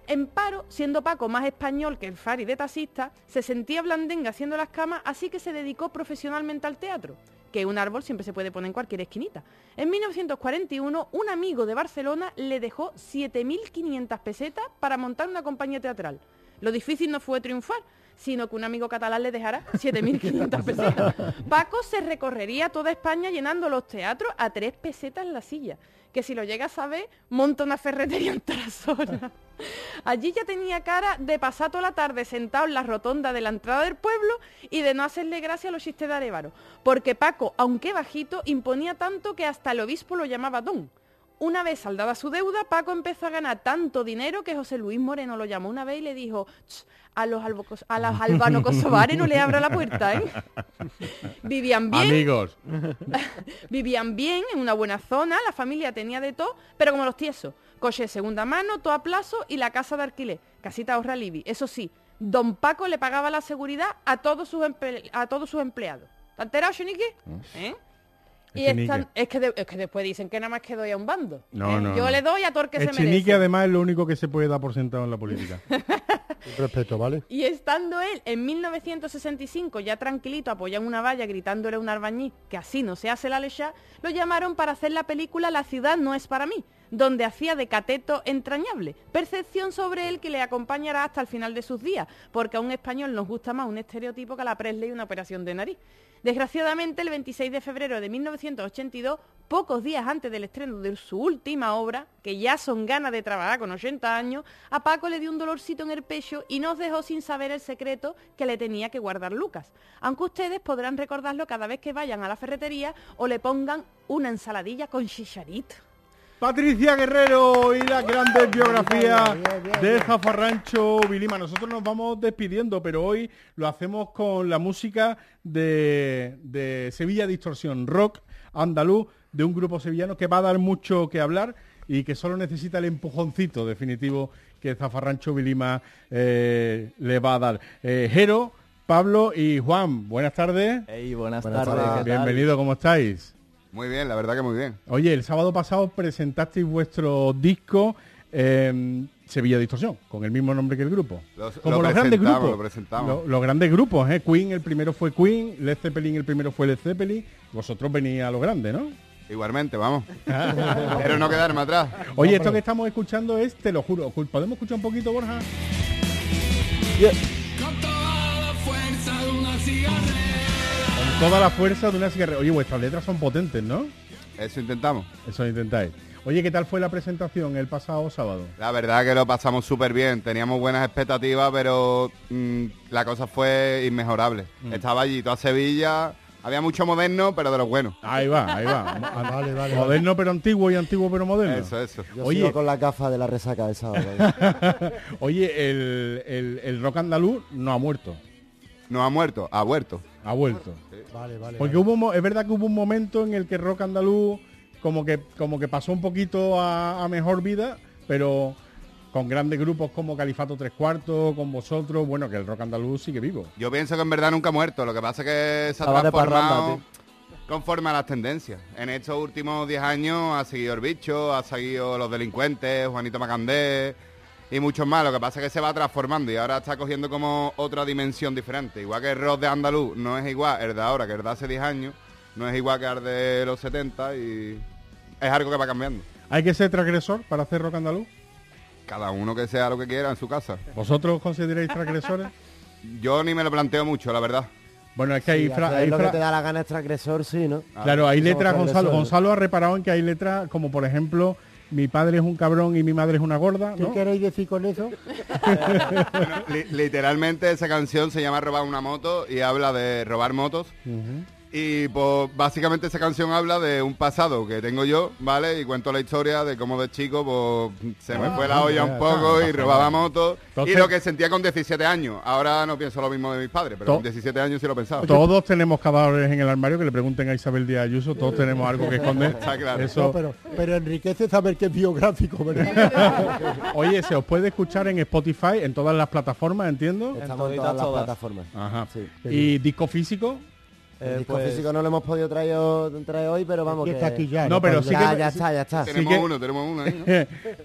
S5: En paro, siendo Paco más español que el Fari de taxista, se sentía blandenga haciendo las camas, así que se dedicó profesionalmente al teatro, que un árbol siempre se puede poner en cualquier esquinita. En 1941, un amigo de Barcelona le dejó 7.500 pesetas para montar una compañía teatral. Lo difícil no fue triunfar, sino que un amigo catalán le dejara 7.500 pesetas. Paco se recorrería toda España llenando los teatros a tres pesetas la silla, que si lo llega a saber, monta una ferretería en Tarazona. Allí ya tenía cara de pasar toda la tarde sentado en la rotonda de la entrada del pueblo y de no hacerle gracia a los chistes de Arevaro, porque Paco, aunque bajito, imponía tanto que hasta el obispo lo llamaba don. Una vez saldada su deuda, Paco empezó a ganar tanto dinero que José Luis Moreno lo llamó una vez y le dijo, "Ch, a los, albocos- a los albano-kosovares no le abra la puerta, ¿eh? Vivían bien.
S2: Amigos.
S5: Vivían bien, en una buena zona, la familia tenía de todo, pero como los tiesos. Coche de segunda mano, todo a plazo y la casa de alquiler. Casita ahorra Libi. Eso sí, don Paco le pagaba la seguridad a todos sus, emple- a todos sus empleados. ¿Te has enterado, Shinique?
S2: Mm.
S5: ¿Eh? Y
S2: Echenique.
S5: están- es, que de- es que después dicen que nada más que doy a un bando.
S2: No,
S5: ¿eh?
S2: no.
S5: Yo le doy a todo el que se
S2: Echenique,
S5: merece.
S2: además es lo único que se puede dar por sentado en la política.
S3: respeto, ¿vale?
S5: Y estando él en 1965 ya tranquilito apoyando una valla gritándole a un albañil que así no se hace la lecha, lo llamaron para hacer la película La ciudad no es para mí, donde hacía de cateto entrañable, percepción sobre él que le acompañará hasta el final de sus días, porque a un español nos gusta más un estereotipo que a la Presley y una operación de nariz. Desgraciadamente, el 26 de febrero de 1982, pocos días antes del estreno de su última obra, que ya son ganas de trabajar con 80 años, a Paco le dio un dolorcito en el pecho y nos dejó sin saber el secreto que le tenía que guardar Lucas. Aunque ustedes podrán recordarlo cada vez que vayan a la ferretería o le pongan una ensaladilla con chicharito.
S2: Patricia Guerrero y las grandes biografías
S5: bien, bien,
S2: de
S5: bien.
S2: Zafarrancho Vilima. Nosotros nos vamos despidiendo, pero hoy lo hacemos con la música de, de Sevilla Distorsión, rock andaluz de un grupo sevillano que va a dar mucho que hablar y que solo necesita el empujoncito definitivo que Zafarrancho Vilima eh, le va a dar. Eh, Jero, Pablo y Juan, buenas tardes.
S11: buenas,
S2: Buenas
S11: tardes.
S2: tardes.
S11: ¿qué tal?
S2: Bienvenido, ¿cómo estáis?
S12: Muy bien, la verdad que muy bien.
S2: Oye, el sábado pasado presentasteis vuestro disco eh, Sevilla Distorsión, con el mismo nombre que el grupo.
S12: Los-
S2: Como
S12: lo
S2: los grandes
S12: presentamos,
S2: grupos.
S12: lo presentamos.
S2: Lo- los grandes grupos, ¿eh? Queen, el primero fue Queen, Led Zeppelin, el primero fue Led Zeppelin. Vosotros venís a lo grande, ¿no?
S12: Igualmente, vamos. Pero no quedarme atrás.
S2: Oye, esto que estamos escuchando es, te lo juro, cul- ¿podemos escuchar un poquito, Borja? Con toda la fuerza de una cigarrera. Oye, vuestras letras son potentes, ¿no?
S12: Eso intentamos.
S2: Eso intentáis. Oye, ¿qué tal fue la presentación el pasado sábado?
S12: La verdad que lo pasamos súper bien, teníamos buenas expectativas, pero mm, la cosa fue inmejorable. Estaba allí toda Sevilla, había mucho moderno, pero de los buenos.
S2: Ahí va, ahí va.
S12: vale, vale.
S2: Moderno pero antiguo y antiguo pero moderno.
S12: Eso, eso.
S11: Yo
S2: Oye.
S11: sigo con la gafa de la resaca del sábado.
S2: Oye, el, el- el rock andaluz no ha muerto.
S12: No ha muerto, ha vuelto.
S2: Ha vuelto.
S11: Vale, vale.
S2: Porque hubo, un mo- es verdad que hubo un momento en el que rock andaluz como que, como que pasó un poquito a, a mejor vida, pero con grandes grupos como Califato Tres Cuartos, con vosotros, bueno, que el rock andaluz sigue vivo.
S12: Yo pienso que en verdad nunca ha muerto, lo que pasa es que se ha
S2: Estaba de
S12: transformado
S2: parranda,
S12: conforme a las tendencias. En estos últimos 10 años ha seguido el bicho, ha seguido los delincuentes, Juanito Macandé y muchos más. Lo que pasa es que se va transformando y ahora está cogiendo como otra dimensión diferente. Igual que el rock de Andaluz no es igual el de ahora, que el de hace 10 años, no es igual que el de los 70 y es algo que va cambiando.
S2: ¿Hay que ser transgresor para hacer rock andaluz?
S12: Cada uno que sea lo que quiera en su casa.
S2: ¿Vosotros os consideráis transgresores?
S12: Yo ni me lo planteo mucho, la verdad.
S2: Bueno, es que hay, fra- hay
S11: lo que
S2: fra-
S11: te da la gana es transgresor, sí, ¿no?
S2: Claro, hay
S11: Somos
S2: letras, Gonzalo.
S11: transgresores.
S2: Gonzalo ha reparado en que hay letras como por ejemplo, mi padre es un cabrón y mi madre es una gorda,
S3: ¿Qué
S2: ¿no?
S3: queréis decir con eso?
S12: Li- literalmente esa canción se llama Robar una moto y habla de robar motos. Y pues básicamente esa canción habla de un pasado que tengo yo, ¿vale? Y cuento la historia de cómo de chico pues, se me
S2: Bueno,
S12: fue la olla
S2: ya
S12: un
S2: está,
S12: poco
S2: ya
S12: y
S2: está.
S12: robaba motos.
S2: Entonces-
S12: y lo que sentía con 17 años. Ahora no pienso lo mismo de mis padres, pero
S2: To-
S12: con 17 años sí lo pensaba.
S2: Todos tenemos cadáveres en el armario, que le pregunten a Isabel Díaz Ayuso, todos tenemos algo que esconder.
S12: Está claro.
S2: Eso-
S3: No, pero, pero enriquece saber que es biográfico, ¿verdad?
S2: Oye, se os puede escuchar en Spotify, en todas las plataformas, entiendo.
S11: Estamos en todas las plataformas.
S2: Ajá.
S11: Sí.
S2: ¿Y disco físico?
S11: El disco
S13: pues-
S11: físico no lo hemos podido traer, traer hoy, pero vamos.
S3: Y está
S11: que-
S3: aquí ya,
S2: No, ¿no, pero Pablo? sí
S11: Ya,
S2: que-
S11: ya está, ya está.
S12: Tenemos
S2: Sí que-
S12: uno, tenemos uno. ahí, ¿no?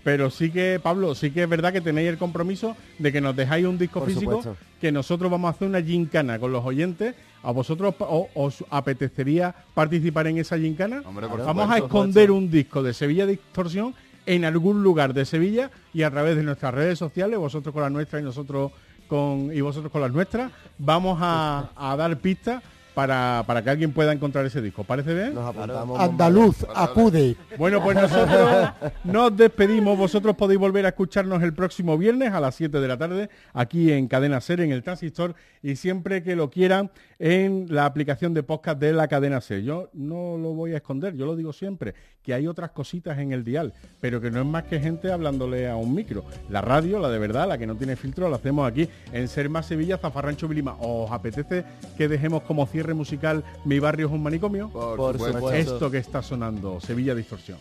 S2: Pero sí que, Pablo, sí que es verdad que tenéis el compromiso de que nos dejáis un disco
S11: Por
S2: físico,
S11: supuesto.
S2: que nosotros vamos a hacer una gincana con los oyentes. ¿A vosotros pa- o- os apetecería participar en esa gincana?
S12: Hombre, por
S2: vamos a
S12: supuesto.
S2: esconder un disco de Sevilla Distorsión en algún lugar de Sevilla y a través de nuestras redes sociales, vosotros con las nuestras y nosotros con y vosotros con las nuestras, vamos a, a dar pistas para, para que alguien pueda encontrar ese disco. ¿Parece bien?
S11: Nos apuntamos.
S3: Andaluz, acude.
S2: Bueno, pues nosotros nos despedimos. Vosotros podéis volver a escucharnos el próximo viernes a las 7 de la tarde aquí en Cadena Ser, en el Transistor y siempre que lo quieran en la aplicación de podcast de la Cadena Ser. Yo no lo voy a esconder, yo lo digo siempre, que hay otras cositas en el dial, pero que no es más que gente hablándole a un micro. La radio, la de verdad, la que no tiene filtro, la hacemos aquí en Ser Más Sevilla, Zafarrancho Vilima. ¿Os apetece que dejemos como cierre musical Mi barrio es un manicomio?
S12: Por Por supuesto. supuesto.
S2: Esto que está sonando, Sevilla Distorsión.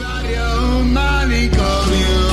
S14: barrio un manicomio.